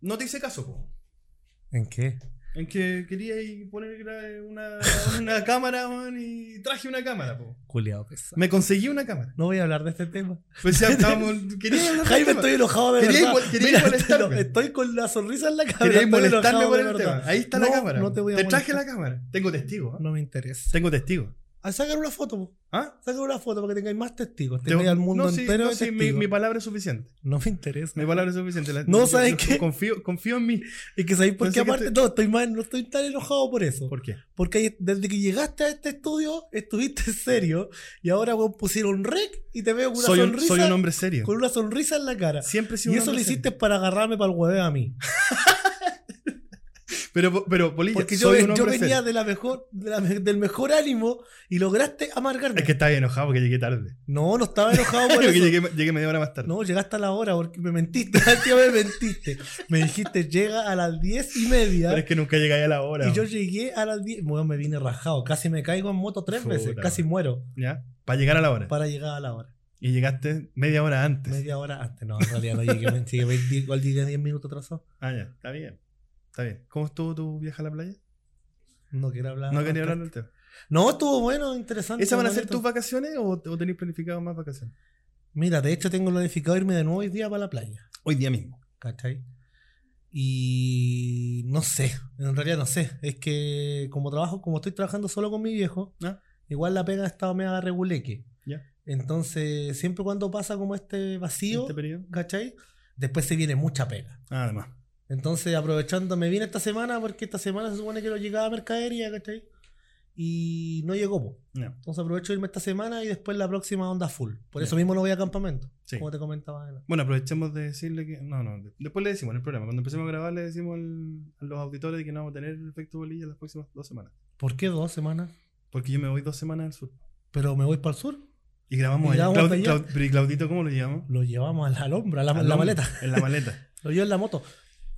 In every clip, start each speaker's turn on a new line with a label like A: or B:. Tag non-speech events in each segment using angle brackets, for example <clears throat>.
A: no te hice caso, po.
B: ¿En qué?
A: En que quería ir poner gra- una,
B: <laughs>
A: una cámara, weón, y traje una cámara, po.
B: Culeado pesado.
A: Me conseguí una cámara.
B: No voy a hablar de este tema.
A: Pues ya estábamos. Quería hablar del
B: <laughs> Jaime,
A: tema.
B: estoy enojado de
A: Quería
B: verdad.
A: igual- quería
B: Mira,
A: molestarme.
B: te lo- estoy con la sonrisa en la cara.
A: Quería
B: estoy
A: molestarme
B: enojado
A: por
B: de
A: el
B: verdad.
A: tema. Ahí está la
B: No,
A: cámara.
B: No te voy a
A: traje la
B: molestar.
A: cámara. Tengo testigos. ¿ah?
B: No me interesa.
A: Tengo testigos.
B: Al sacar una foto, po.
A: ¿Ah?
B: saca una foto para que tengáis más testigos.
A: Tengo-
B: Tengáis al mundo
A: no, sí,
B: entero
A: no,
B: de
A: sí, mi,
B: testigos.
A: mi palabra es suficiente.
B: No me interesa.
A: Mi palabra es suficiente. La-
B: No,
A: yo-
B: ¿saben
A: yo
B: qué?
A: Confío, confío en mí.
B: Y que sabéis
A: Pero
B: por qué
A: sí que
B: aparte.
A: estoy-
B: No, estoy mal, no estoy tan enojado por eso.
A: ¿Por qué?
B: Porque ahí- desde que llegaste a este estudio, estuviste serio. Y ahora, weón, pusieron rec y te veo con una
A: Soy un,
B: sonrisa.
A: soy un hombre serio.
B: Con una sonrisa en la cara.
A: Siempre he sido
B: Y
A: un
B: eso lo
A: hombre
B: hiciste para agarrarme para el hueveo a mí.
A: serio. Pero, pero Polilla,
B: Porque yo,
A: soy
B: ve-
A: un
B: yo
A: hombre
B: venía
A: serio.
B: de la mejor, de la me- del mejor ánimo y lograste amargarme.
A: Es que estaba enojado porque llegué tarde.
B: No, no
A: <laughs>
B: estaba enojado por
A: Porque
B: eso.
A: llegué, llegué media hora más tarde.
B: No, llegaste a la hora porque me mentiste. <laughs> Al tío me mentiste. Me dijiste, llega a las diez y media.
A: Pero es que nunca llegué a la hora.
B: Y yo llegué a las 10. Bueno, me vine rajado. Casi me caigo en moto tres
A: Puta,
B: veces.
A: weón.
B: Casi muero
A: ¿Ya? Para llegar a la hora.
B: para llegar a la hora.
A: Y llegaste media hora antes.
B: Media hora antes. No, en realidad no llegué. me- llegué veinte- Igual llegué 10 minutos atrasado.
A: Ah, ya. Está bien. Está bien. ¿Cómo estuvo tu viaje a la playa?
B: No quería hablar.
A: No
B: al
A: quería hablar
B: respecto.
A: del tema.
B: No, estuvo bueno, interesante.
A: ¿Esas van a ser
B: bonito.
A: tus vacaciones o, o tenéis planificado más vacaciones?
B: Mira, de hecho tengo planificado irme de nuevo hoy día para la playa.
A: Hoy día mismo.
B: ¿Cachai? Y no sé, en realidad no sé. Es que como trabajo, como estoy trabajando solo con mi viejo,
A: Ah.
B: igual la pega ha estado media reguleque.
A: Ya.
B: Entonces, siempre cuando pasa como este vacío,
A: ¿Este periodo?
B: ¿cachai? Después se viene mucha pega.
A: Ah, además.
B: Entonces, aprovechando, me vine esta semana porque esta semana se supone que no llegaba mercadería, ¿cachai? Y no llegó, po.
A: No.
B: Entonces aprovecho de irme esta semana y después la próxima onda full. Por
A: Ya.
B: eso mismo no voy a campamento,
A: Sí.
B: como te comentaba. antes.
A: Bueno, aprovechemos de decirle que. No, no. de- Después le decimos en el programa. Cuando empecemos a grabar, le decimos al- a los auditores que no vamos a tener efecto bolilla las próximas dos semanas.
B: ¿Por qué dos semanas?
A: Porque yo me voy dos semanas al sur.
B: Pero me voy para el sur.
A: Y grabamos
B: Y
A: allá.
B: grabamos
A: Claud-
B: allá.
A: Claud- pero ¿y Claudito, ¿cómo lo llevamos?
B: Lo llevamos a la alhambra, a la,
A: Al
B: la
A: hombro,
B: maleta.
A: En la maleta.
B: Lo llevo en la moto.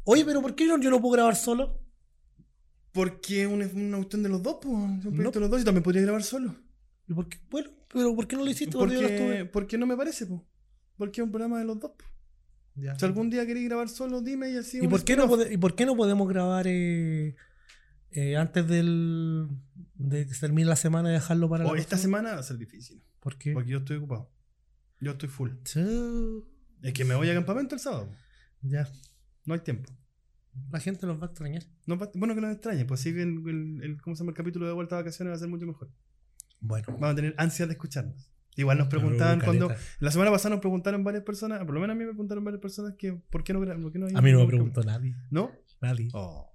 B: Oye, pero ¿por qué no- yo no puedo grabar solo?
A: Porque un, una cuestión de los dos, pues. Un proyecto
B: No.
A: de los dos. Yo también podría grabar solo.
B: ¿Y por qué? Bueno, pero ¿por qué no lo hiciste cuando yo no estuve?
A: Porque, porque no me parece, pues. Porque es un programa de los dos. po.
B: Ya.
A: Si algún día queréis grabar solo, dime y así.
B: ¿Y,
A: un
B: por qué no pode- ¿Y por qué no podemos grabar eh, eh, antes del, de que se termine la semana y dejarlo para la
A: O Oh, esta
B: próxima?
A: semana va a ser difícil.
B: ¿Por qué?
A: Porque yo estoy ocupado. Yo estoy full.
B: Chau.
A: Es que me voy a campamento el sábado.
B: Ya,
A: No hay tiempo.
B: la gente los va a extrañar.
A: No va- bueno, que nos extrañe. Pues así que el, el- el- ¿cómo se llama? el capítulo de vuelta a vacaciones va a ser mucho mejor.
B: Bueno.
A: Vamos a tener ansias de escucharnos. Igual nos preguntaban cuando. La semana pasada nos preguntaron varias personas, por lo menos a mí me preguntaron varias personas que por qué no gra- por qué no hay-
B: A mí no me preguntó nadie.
A: ¿No?
B: Nadie.
A: Oh.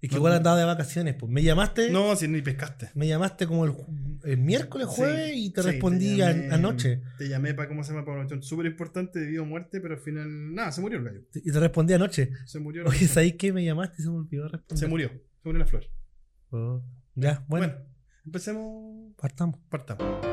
B: Es que
A: No,
B: igual
A: no.
B: andaba de vacaciones, pues. Me llamaste,
A: No, si ni pescaste.
B: me llamaste como el, ju- el miércoles,
A: Sí,
B: jueves y te
A: sí,
B: respondí a-
A: llamé-
B: anoche.
A: Te llamé para cómo se llama para una cuestión súper importante de vida o muerte, pero al final. Nada, se murió el gallo.
B: Y te respondí anoche.
A: Se murió. la
B: Oye,
A: persona.
B: ¿sabéis qué? Me llamaste y se me olvidó responder.
A: se murió. Se murió la flor.
B: Oh. Ya, bueno,
A: Bueno, empecemos.
B: partamos.
A: Partamos.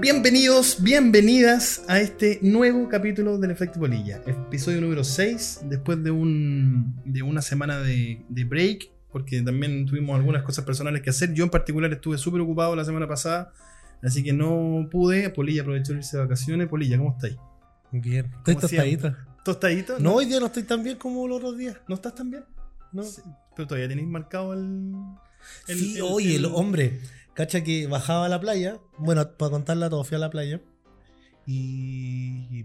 A: Bienvenidos, bienvenidas a este nuevo capítulo del Efecto Polilla. Episodio número 6, después de, un, de una semana de, de break, porque también tuvimos algunas cosas personales que hacer. Yo en particular estuve súper ocupado la semana pasada, así que no pude. Polilla aprovechó de irse de vacaciones. Polilla, ¿cómo estáis?
B: Bien. Estoy
A: Como siempre.
B: tostadito.
A: ¿Tostadito?
B: No, hoy día no estoy tan bien como los otros días.
A: ¿No estás tan bien?
B: No.
A: Sí, pero todavía tenéis marcado el... el-
B: sí, oye, el, hombre, cacha que bajaba a la playa. Bueno, para contarla todo, fui a la playa. Y.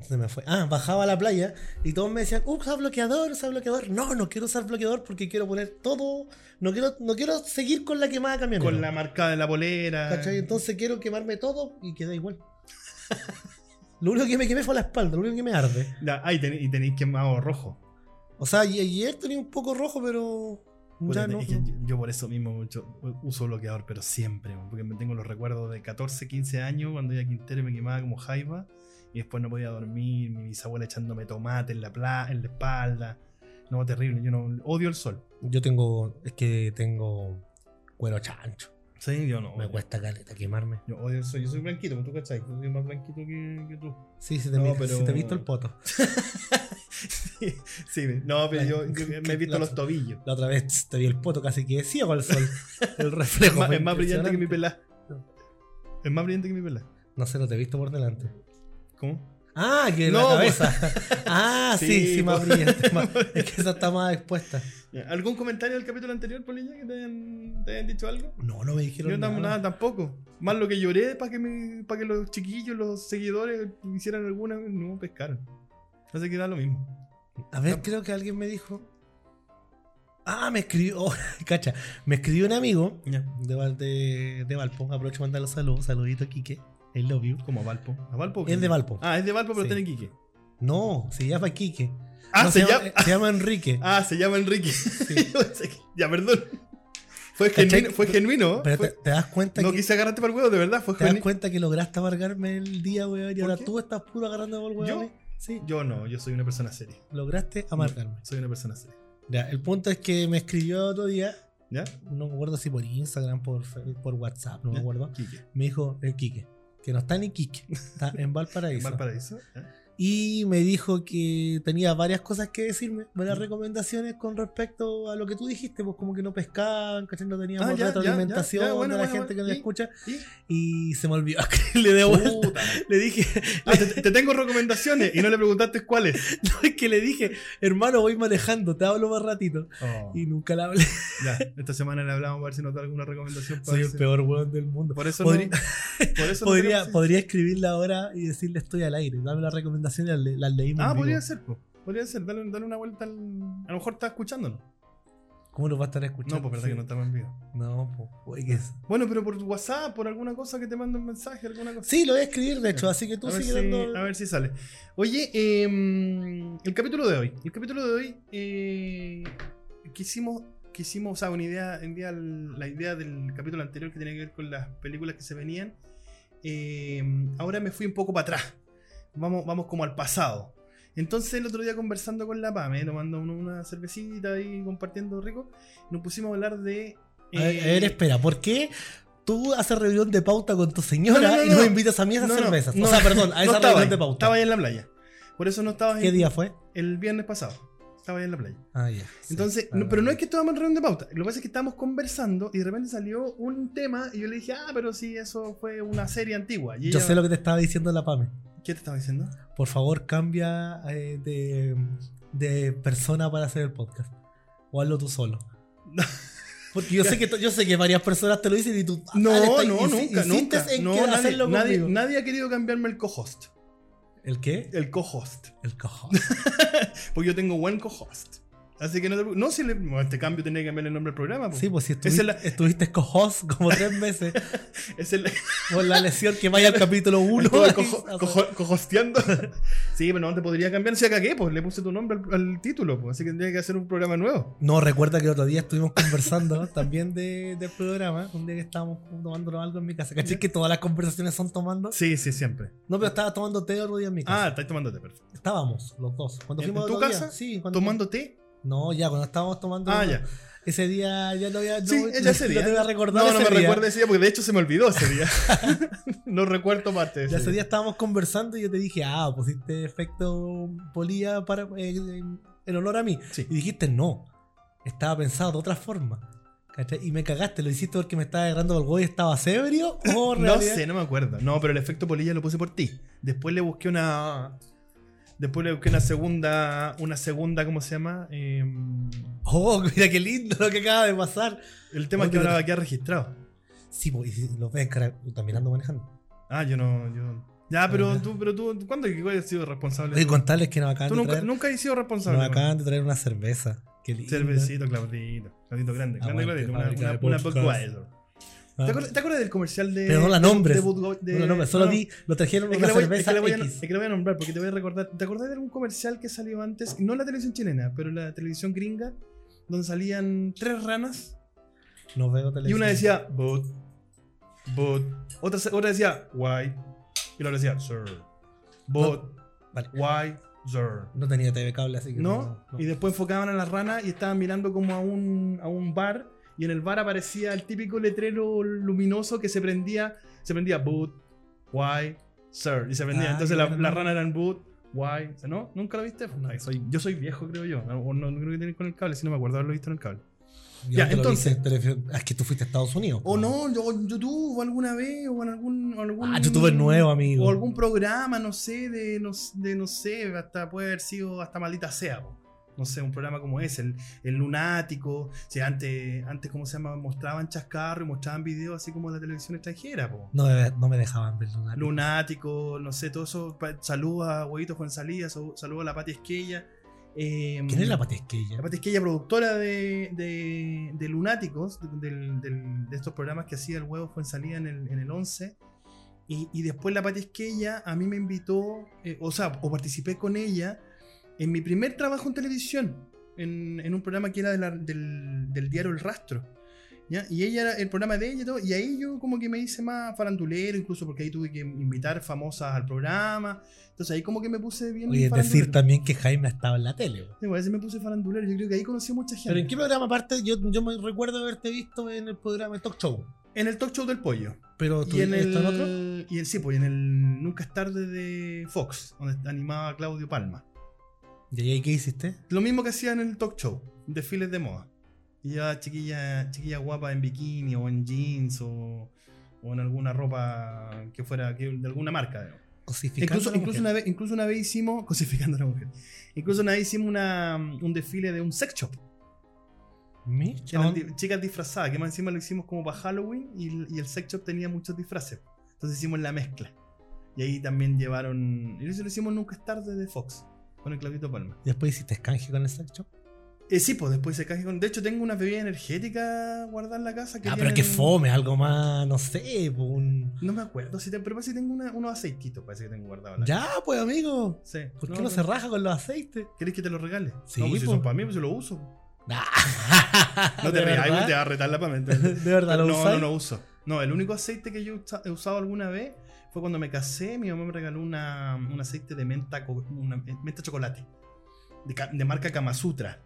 B: Se me fue. Ah, bajaba a la playa y todos me decían, usa bloqueador, usa bloqueador. No, no quiero usar bloqueador porque quiero poner todo. No quiero, no quiero seguir con la quemada camionera.
A: Con la marca de la polera.
B: ¿Cachai? Entonces quiero quemarme todo y queda igual. <laughs> lo único que me quemé fue la espalda, lo único que me arde.
A: Ya, ah, y tenéis- y tenéis quemado rojo.
B: O sea, y- ayer tenía un poco rojo, pero.
A: Puta,
B: Ya
A: es
B: no.
A: que yo, yo por eso mismo yo uso bloqueador, pero siempre, weón, porque me tengo los recuerdos de 14, 15 años cuando iba a Quintero y me quemaba como jaiba y después no podía dormir, mi bisabuela echándome tomate en la, pla- en la espalda. No, terrible, yo no odio el sol.
B: Yo tengo. Es que tengo cuero chancho.
A: Sí, yo no.
B: Me
A: odio.
B: cuesta caleta quemarme.
A: Yo odio el sol, yo soy blanquito, tú cachai, yo soy más blanquito que, que tú. <laughs>
B: Sí, si te,
A: No,
B: mira-
A: pero-
B: si te he visto el poto.
A: sí, no, pero yo, yo me he visto
B: La-
A: los tobillos.
B: La otra vez tss, te vi el poto casi que ciego al
A: <laughs>
B: sol. El reflejo.
A: Es más,
B: fue
A: es más brillante que mi
B: impresionante.
A: pelá. Es más brillante que mi pelá.
B: No sé, no te he visto por delante.
A: ¿Cómo?
B: Ah, que
A: No,
B: la
A: pues.
B: cabeza.
A: <laughs>
B: Ah, sí,
A: Sí,
B: sí, más
A: pues.
B: brillante.
A: <laughs>
B: más- Es que esa está más expuesta.
A: Ya, ¿Algún comentario del capítulo anterior, Polilla, que te hayan, te hayan dicho algo?
B: No, no me dijeron
A: Yo tam-
B: nada.
A: nada tampoco. Más lo que lloré para que, me- pa' que los chiquillos, los seguidores hicieran alguna, no pescaron. Así que da lo mismo.
B: A ver, creo que alguien me dijo. Ah, me escribió. <laughs> oh, cacha, me escribió un amigo
A: Ya.
B: de, Val- de, de Valpo. Aprovecho para mandarle saludos. Saludito, Quique. I love you.
A: Como a Valpo. ¿A Valpo? o
B: Es
A: qué?
B: de Valpo.
A: Ah, es de Valpo, pero
B: Sí.
A: está en Iquique.
B: No, se llama Quique.
A: Ah,
B: No,
A: se, llama,
B: eh, se llama Enrique.
A: ah, se llama Enrique. <laughs> Yo pensé que- ya, perdón. Fue
B: ¿Cachai?
A: genuino. Fue genuino ¿eh?
B: Pero
A: fue-
B: te, te das cuenta
A: no
B: que.
A: quise agarrarte para el huevo, de verdad. Fue
B: ¿Te das
A: geni-
B: cuenta que lograste amargarme el día, weón? Y
A: ¿Por
B: ahora
A: qué?
B: tú estás puro agarrando por weón.
A: ¿Yo?
B: a mí. Sí,
A: Yo no, yo soy una persona seria.
B: lograste amargarme.
A: Soy una persona seria.
B: Ya, el punto es que me escribió otro día,
A: ¿Ya?
B: no me acuerdo si por Instagram, por, Fe- por WhatsApp, no me
A: Ya.
B: acuerdo.
A: Quique.
B: Me dijo el Quique, que no está en Iquique, está
A: <laughs>
B: en
A: En
B: Valparaíso.
A: Valparaíso. ¿ya?
B: Y me dijo que tenía varias cosas que decirme,
A: Mm.
B: varias recomendaciones con respecto a lo que tú dijiste, pues como que no pescaban, ¿cachai? No teníamos
A: Ah, ya, ya, ya,
B: retroalimentación
A: ya, bueno,
B: de la
A: bueno,
B: gente
A: bueno.
B: que
A: ¿Y?
B: me escucha.
A: ¿Y?
B: Y se me olvidó <laughs> que le dé vuelta.
A: Puta.
B: Le dije, <laughs>
A: Ah, te, te tengo recomendaciones y no le preguntaste cuáles.
B: no, es que le dije, hermano, voy manejando, te hablo más ratito.
A: Oh,
B: <laughs> Y nunca le hablé.
A: Ya, esta semana le hablamos a ver si nos da alguna recomendación. para
B: Soy el
A: ese-
B: peor weón del mundo.
A: Por eso
B: Podría-
A: no. Por
B: <laughs>
A: eso no
B: podría,
A: tenemos-
B: podría escribirla ahora y decirle estoy al aire. Dame las recomendaciones, las, le- las leímos.
A: Ah,
B: en vivo.
A: podría ser, po. Podría ser, dale, dale una vuelta al. A lo mejor está escuchándonos.
B: ¿Cómo nos va a estar
A: No,
B: escuchando?
A: pues verdad
B: Sí.
A: que no Ah. estamos en vivo.
B: No, pues, güey, que es-
A: Bueno, pero por WhatsApp, por alguna cosa que te mande un mensaje, alguna cosa.
B: Sí, lo voy a escribir, de hecho, así que tú
A: a, ver
B: sigue
A: si,
B: dando.
A: a ver si sale. Oye, eh, el capítulo de hoy. El capítulo de hoy. Eh, quisimos, quisimos, o sea, una idea, en día- la idea del capítulo anterior que tenía que ver con las películas que se venían. eh, ahora me fui un poco para atrás. Vamos, vamos como al pasado. Entonces el otro día conversando con la PAME, tomando un- una cervecita y compartiendo rico, nos pusimos a hablar de...
B: A ver,
A: eh,
B: a ver, espera, ¿por qué tú haces reunión de pauta con tu señora
A: No, no, no,
B: y nos
A: no.
B: invitas a mí a esas
A: No, no,
B: cervezas?
A: no.
B: o sea, perdón, a
A: no
B: esa
A: estaba
B: reunión
A: ahí,
B: de pauta.
A: Estaba ahí en la playa. Por eso no estabas
B: ¿Qué
A: en-
B: día fue?
A: El viernes pasado. Estaba ahí en la playa.
B: Ah, ya. sí.
A: Entonces,
B: Ah,
A: no- pero no es que estábamos en reunión de pauta. Lo que pasa es que estábamos conversando y de repente salió un tema y yo le dije, ah, pero sí, eso fue una serie antigua. Y
B: Yo
A: ella-
B: sé lo que te estaba diciendo la PAME.
A: ¿Qué te estaba diciendo?
B: Por favor, cambia eh, de, de persona para hacer el podcast. O hazlo
A: <laughs>
B: tú solo. Porque yo sé que to- yo sé que varias personas te lo dicen y tú ah,
A: No,
B: le estás-
A: no,
B: insi-
A: nunca,
B: insistes
A: nunca.
B: en
A: No,
B: que
A: nadie,
B: hacerlo
A: nadie-
B: conmigo.
A: nadie ha querido cambiarme el co-host.
B: ¿El qué?
A: El co-host. <laughs>
B: El cajón.
A: Porque yo tengo buen co-host. Así que no te preocupes. No, si le, bueno, este cambio tenía que cambiar el nombre del programa. po.
B: Sí, pues si
A: Esa
B: estuviste,
A: es la-
B: estuviste co-host
A: <laughs>
B: como tres meses
A: Es
B: <laughs>
A: el,
B: por la lesión que vaya al capítulo
A: <laughs>
B: 1.
A: Estuve cojo- cojo- cojosteando. <laughs> sí, pero no te podría cambiar. Si acá qué, pues le puse tu nombre al, al título, pues, así que tendría que hacer un programa nuevo.
B: No, recuerda que el otro día estuvimos conversando <laughs> también de, del programa, un día que estábamos tomando algo en mi casa. ¿Cachai que todas las conversaciones son tomando?
A: Sí, sí, siempre.
B: No, pero estaba tomando té el otro día en mi casa.
A: Ah, estás tomándote, perfecto.
B: Estábamos los dos. Cuando
A: ¿En-
B: fuimos
A: en tu
B: el otro día,
A: casa?
B: Sí, cuando
A: ¿Tomando té?
B: No, ya, cuando estábamos tomando.
A: Ah, ya.
B: Ese día <laughs> ya lo había.
A: Sí,
B: no,
A: ya ese día.
B: Pues No te voy a recordar.
A: No, no
B: ese
A: me
B: día.
A: recuerda ese día, porque de hecho se me olvidó ese
B: <laughs>
A: día. no recuerdo parte de ese,
B: Ya ese día estábamos conversando y yo te dije, ah, pusiste efecto polilla para, eh, en, en honor a mí.
A: Sí.
B: Y dijiste, no, estaba pensado de otra forma. ¿Cachai? Y me cagaste, lo hiciste porque me estaba agarrando por el huevo y estaba ebrio
A: <laughs>
B: o
A: No
B: realidad?
A: sé, no me acuerdo. No, pero el efecto polilla lo puse por ti. Después le busqué una. Después le busqué una segunda. Una segunda, ¿cómo se llama? Eh,
B: Oh, mira qué lindo lo que acaba de pasar.
A: el tema
B: No,
A: que
B: pero-
A: ahora va a quedar registrado.
B: Sí, pues, y si los ves cara- también ando manejando.
A: Ah, yo no, yo. Ya,
B: Ah,
A: pero
B: ya.
A: tú, pero tú, ¿cuándo que has sido responsable?
B: Voy a contarles que nos acaban,
A: tú
B: de
A: nunca,
B: traer,
A: nunca has sido
B: nos
A: responsable. weón.
B: acaban de traer una cerveza. Qué lindo.
A: Cervecito, Claudito. Claudito grande, grande
B: Aguante,
A: Claudito. Una,
B: fábrica
A: una,
B: de
A: una
B: podcast.
A: Budweiser.
B: Ah,
A: ¿Te acuerdas, te acuerdas del comercial de.
B: Pero no la
A: de-
B: nombres.
A: de Budgo- de-
B: no, no, no, solo
A: no, no.
B: di, lo trajeron
A: Es que,
B: una
A: la voy, es
B: cerveza
A: que la voy a, es
B: X.
A: que la voy a nombrar porque te voy a recordar. ¿Te acordás de algún comercial que salió antes? No en la televisión chilena, pero en la televisión gringa, donde salían tres ranas
B: No veo
A: y
B: televisión.
A: una decía Bud, Bud. Otra, otra decía White. Y la otra decía Sir. Bud,
B: Vale.
A: White, Sir.
B: No tenía TV cable, así que.
A: ¿No? Y después enfocaban a las ranas y estaban mirando como a un, a un bar. Y en el bar aparecía el típico letrero luminoso que se prendía. Se prendía boot, why, sir. Y se prendía.
B: Ah,
A: Entonces
B: qué
A: las
B: bueno.
A: ranas eran boot, why. ¿No? ¿Nunca lo viste?
B: No.
A: Ay, soy, yo soy viejo, creo yo. No, no creo que tiene con el cable, si no me acuerdo haberlo visto en el cable.
B: Yo
A: Ya,
B: no te lo
A: entonces.
B: hice, pero fue- es que tú fuiste a Estados Unidos.
A: O Oh, no, yo- o YouTube o alguna vez, o en algún. o algún
B: Ah, YouTube es nuevo, amigo.
A: O algún programa, no sé, de no, de no sé, hasta puede haber sido hasta maldita sea, po. no sé, un programa como ese, el, el Lunático, o sea, antes, antes, ¿cómo se llama? Mostraban chascarro y mostraban videos así como de la televisión extranjera, po.
B: No, me- no me dejaban ver Lunático.
A: Lunático, no sé, todo eso, pa- saludos a Huevitos Fuensalida, so- saludos a la Pati Esquella. eh,
B: ¿Quién es Mm. la patisquilla?
A: la Pati Esquella, productora de, de, de Lunáticos, de, del- del- de estos programas que hacía el huevo fue en salida en el, en el 11. Y, y después la Pati Esquella a mí me invitó, eh, o sea, o participé con ella en mi primer trabajo en televisión, en, en un programa que era de la- del, del diario El Rastro. ¿ya? Y ella era el programa de ella y todo, y ahí yo como que me hice más farandulero, incluso porque ahí tuve que invitar famosas al programa. Entonces ahí como que me puse bien.
B: Oye, decir
A: farandulero.
B: también que Jaime ha estado en la tele. weón.
A: Sí, pues, a veces me puse farandulero, yo creo que ahí conocí a mucha gente.
B: Pero ¿en qué programa aparte? Yo, yo me recuerdo haberte visto en el programa en Talk Show.
A: En el talk show del pollo.
B: Pero tú
A: Y en el,
B: ¿está en otro.
A: y el sí, pues, y en el Nunca es tarde de Fox, donde animaba Claudio Palma.
B: ¿Y ahí qué hiciste?
A: Lo mismo que hacía en el talk show, desfiles de moda. Y ya chiquilla, chiquilla guapa en bikini o en jeans o, o en alguna ropa que fuera que- de alguna marca. digamos.
B: Cosificando
A: Incluso,
B: a la
A: incluso,
B: mujer.
A: una vez, incluso una vez hicimos, <laughs> cosificando a la mujer, incluso una vez hicimos una, un desfile de un sex shop.
B: Mira,
A: Que eran di- chicas disfrazadas, que más encima lo hicimos como para Halloween y, el- y el sex shop tenía muchos disfraces. Entonces hicimos la mezcla. Y ahí también llevaron. Y eso lo hicimos Nunca es tarde de Fox, con el Claudito Palma.
B: Después hiciste canje con el sex shop.
A: Eh, sí, pues después se caje con. De hecho, tengo una bebida energética guardada en la casa.
B: Ah, pero
A: tienen-
B: que fome, algo más, no sé, po, un...
A: No me acuerdo, si te- pero parece que tengo una- unos aceititos, parece que tengo guardado. en la casa.
B: Ya, pues amigo.
A: Sí.
B: ¿Por qué no se raja con los <laughs> aceites?
A: ¿Querés que te lo regale?
B: Sí,
A: no, pues si
B: po.
A: son para mí, pues yo lo uso. No te
B: Ah, ¿De
A: rías,
B: verdad?
A: ahí te va a retar la pamela.
B: ¿De verdad lo
A: no,
B: usáis?
A: no lo uso. No, el único aceite que yo usa- he usado alguna vez fue cuando me casé. Mi mamá me regaló una, un aceite de menta, co- una- eh, menta chocolate. De, ca- de marca Kama Sutra.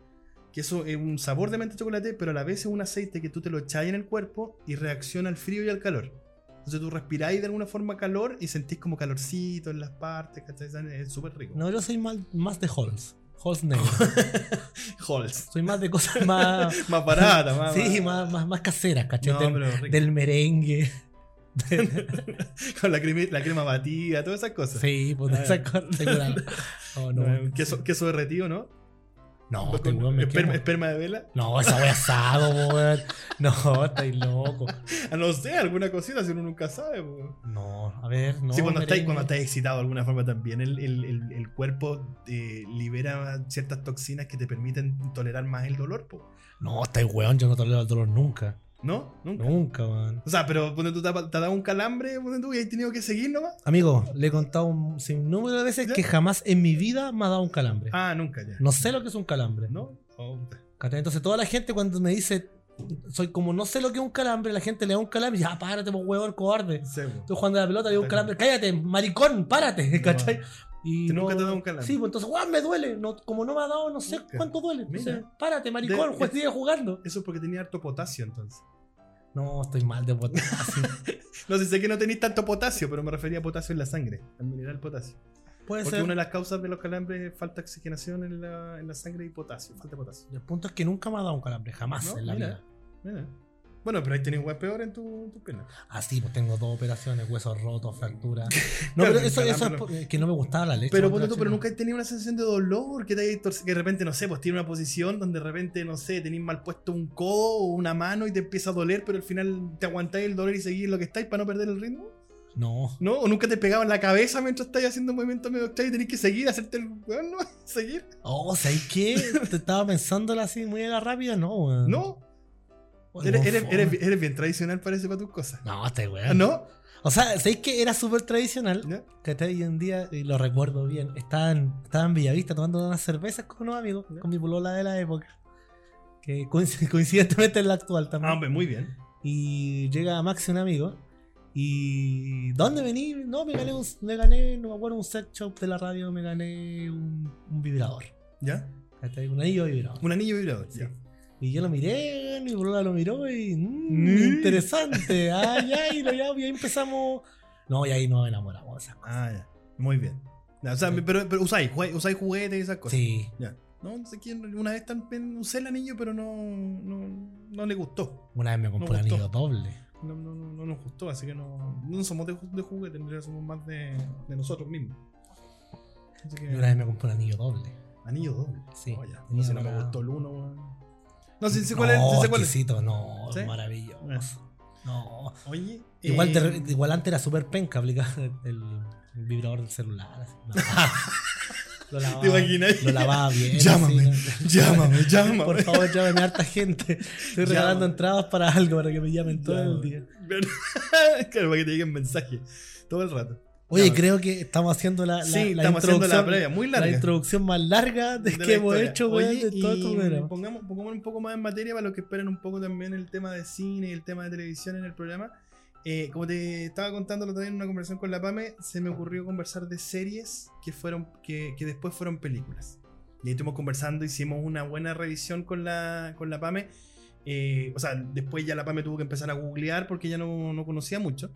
A: Que eso es un sabor de menta chocolate, pero a la vez es un aceite que tú te lo echas en el cuerpo y reacciona al frío y al calor. Entonces tú respiráis de alguna forma calor y sentís como calorcito en las partes, ¿cachai? Es súper rico.
B: No, yo soy mal- más de halls. <laughs> Halls negro.
A: Halls.
B: soy más de <laughs> cosas más...
A: Más barata, más.
B: <laughs> sí, más, más, más caseras, ¿cachai?
A: No,
B: Del-
A: pero rico.
B: del merengue.
A: Con la crema, la crema batida, todas esas cosas.
B: Sí, pues
A: Ah,
B: de esa cosa segura. <laughs> Oh, no,
A: No, queso, queso derretido, ¿no?
B: no,
A: Pues Con-
B: este weón me
A: esperma,
B: quemo.
A: esperma de vela.
B: No, esa wea asado, po, weón. No, estáis loco.
A: Ah, no sé, alguna cosita, si uno nunca sabe. po.
B: No, a ver, no.
A: sí, cuando estáis,
B: merengue.
A: cuando estáis excitado de alguna forma también, el, el- el- el cuerpo eh, libera ciertas toxinas que te permiten tolerar más el dolor, po.
B: No, estáis weón, yo no tolero el dolor nunca.
A: ¿no? Nunca.
B: Nunca, weón.
A: O sea, pero cuando tú te, ha- te ha dado un calambre ponte tú, y has tenido que seguir nomás.
B: Amigo, le he contado un sinnúmero de veces
A: ¿Ya?
B: que jamás en mi vida me ha dado un calambre.
A: Ah, nunca ya.
B: No sé lo que es un calambre.
A: ¿No? Oh, puta.
B: ¿Cachai? Entonces toda la gente cuando me dice, soy como no sé lo que es un calambre, la gente le da un calambre, ya párate, pues weón, cobarde.
A: Sí, po.
B: Estoy jugando a la pelota, digo un calambre, cállate, maricón, párate,
A: No.
B: ¿cachai? Y
A: Te- nunca te ha dado un calambre.
B: Sí, pues entonces, weón, me duele. No, como no me ha dado, no sé
A: Nunca.
B: cuánto duele. Entonces,
A: Mira.
B: párate, maricón,
A: De-
B: juez, sigue jugando.
A: Eso es porque tenía harto potasio entonces.
B: No, estoy mal de
A: <laughs>
B: potasio.
A: No sé, sé que no tenéis tanto potasio, pero me refería a potasio en la sangre, al mineral potasio.
B: Puede
A: Porque
B: ser.
A: una de las causas de los calambres es falta de oxigenación en la, en la sangre y potasio, falta de potasio.
B: El punto es que nunca me ha dado un calambre, jamás
A: No,
B: en la
A: mira.
B: vida.
A: Mira. Bueno, pero ahí tenés weas peor en tu, en tu pierna.
B: Así, pues tengo dos operaciones, huesos
A: <laughs>
B: rotos, fracturas. No,
A: Claro,
B: pero eso,
A: calambre
B: eso es
A: no.
B: por- que no me gustaba la leche.
A: Pero ponte
B: cuando era
A: tú, pero
B: chico.
A: nunca has tenido una sensación de dolor que te hayas torcido, que de repente, no sé, pues tiene una posición donde de repente, no sé, tenés mal puesto un codo o una mano y te empieza a doler, pero al final te aguantáis el dolor y seguís en lo que estáis para no perder el ritmo.
B: No.
A: ¿No? O nunca te pegaban la cabeza mientras estáis haciendo movimientos medio extraños y tenés que seguir, hacerte el weón, ¿no? <laughs> Seguir.
B: Oh, ¿sabes qué? Te estaba pensándola así muy a la rápida, no, weón.
A: No,
B: Weón,
A: eres,
B: weón,
A: eres,
B: fome.
A: eres, eres bien tradicional, parece, para tus cosas.
B: No, este
A: Ah,
B: weón.
A: ¿No?
B: O sea, ¿sabéis que era súper tradicional?
A: ¿Ya?
B: que hasta hoy en día, y lo recuerdo bien, estaban, estaba en Bellavista tomando unas cervezas con unos amigos,
A: Ya.
B: con mi polola de la época, que coinc- <laughs> coincidentemente es la actual
A: Ah,
B: también.
A: hombre, muy bien.
B: y llega Maxi, un amigo, y ¿dónde vení? No, me gané, un, me gané, no me acuerdo, un set shop de la radio, me gané un, un vibrador,
A: ¿Ya?
B: ¿cachai? un anillo de vibrador.
A: Un anillo vibrador.
B: Sí.
A: ya.
B: Y yo lo miré, mi polola lo miró y. mm,
A: Mm.
B: Interesante. Ay, ay, lo- ya, y ahí empezamos. No, y ahí nos enamoramos de esas cosas.
A: Ah, ya. Muy bien. Ya, o sea, pero, pero usáis, jue- usáis juguetes y esas cosas.
B: Sí.
A: Ya. No, no sé quién, una vez también usé el anillo, pero no, no, no le gustó.
B: Una vez me compré
A: No
B: un
A: gustó.
B: anillo doble.
A: No, no, no, no nos gustó, así que no, no somos de, ju- de juguete, en realidad somos más de, de nosotros mismos. Así que,
B: Y una vez me compré un anillo doble.
A: anillo doble.
B: Sí.
A: Eh. Oh, ya. No
B: Tenía
A: sé, no me
B: una-
A: gustó el uno, weón. No, sí, sí, cuál es, sí, sé cuál es.
B: exquisito, no,
A: ¿Sí?
B: maravilloso. No.
A: Oye,
B: Igual, te-
A: eh,
B: igual antes era súper penca aplicar el, el vibrador del celular. así,
A: <laughs>
B: lo lavaba. Lo lavaba,
A: ¿Te imaginas?
B: Lo lavaba bien. así,
A: Llámame,
B: ¿no?
A: <laughs> Llámame, llámame.
B: <laughs> Por favor, llámame a harta gente. Estoy
A: Llámame.
B: regalando entradas para algo, para que me llamen todo el
A: Llámame.
B: día.
A: <laughs> claro, para que te lleguen mensajes todo el rato.
B: Oye,
A: Llámame.
B: creo que estamos haciendo la, la,
A: sí,
B: la
A: estamos haciendo la
B: introducción-
A: previa, muy
B: la
A: larga.
B: introducción más larga de,
A: de la
B: que hemos
A: historia.
B: hecho, weón,
A: Oye,
B: de todo
A: y
B: tu programa.
A: Pongamos, pongamos un poco más en materia para los que esperen un poco también el tema de cine y el tema de televisión en el programa. Eh, como te estaba contando el otro día en una conversación con la PAME, se me ocurrió conversar de series que, fueron, que, que después fueron películas. Y ahí estuvimos conversando, hicimos una buena revisión con la, con la PAME. Eh, o sea, después ya la PAME tuvo que empezar a googlear porque ya no, no conocía mucho.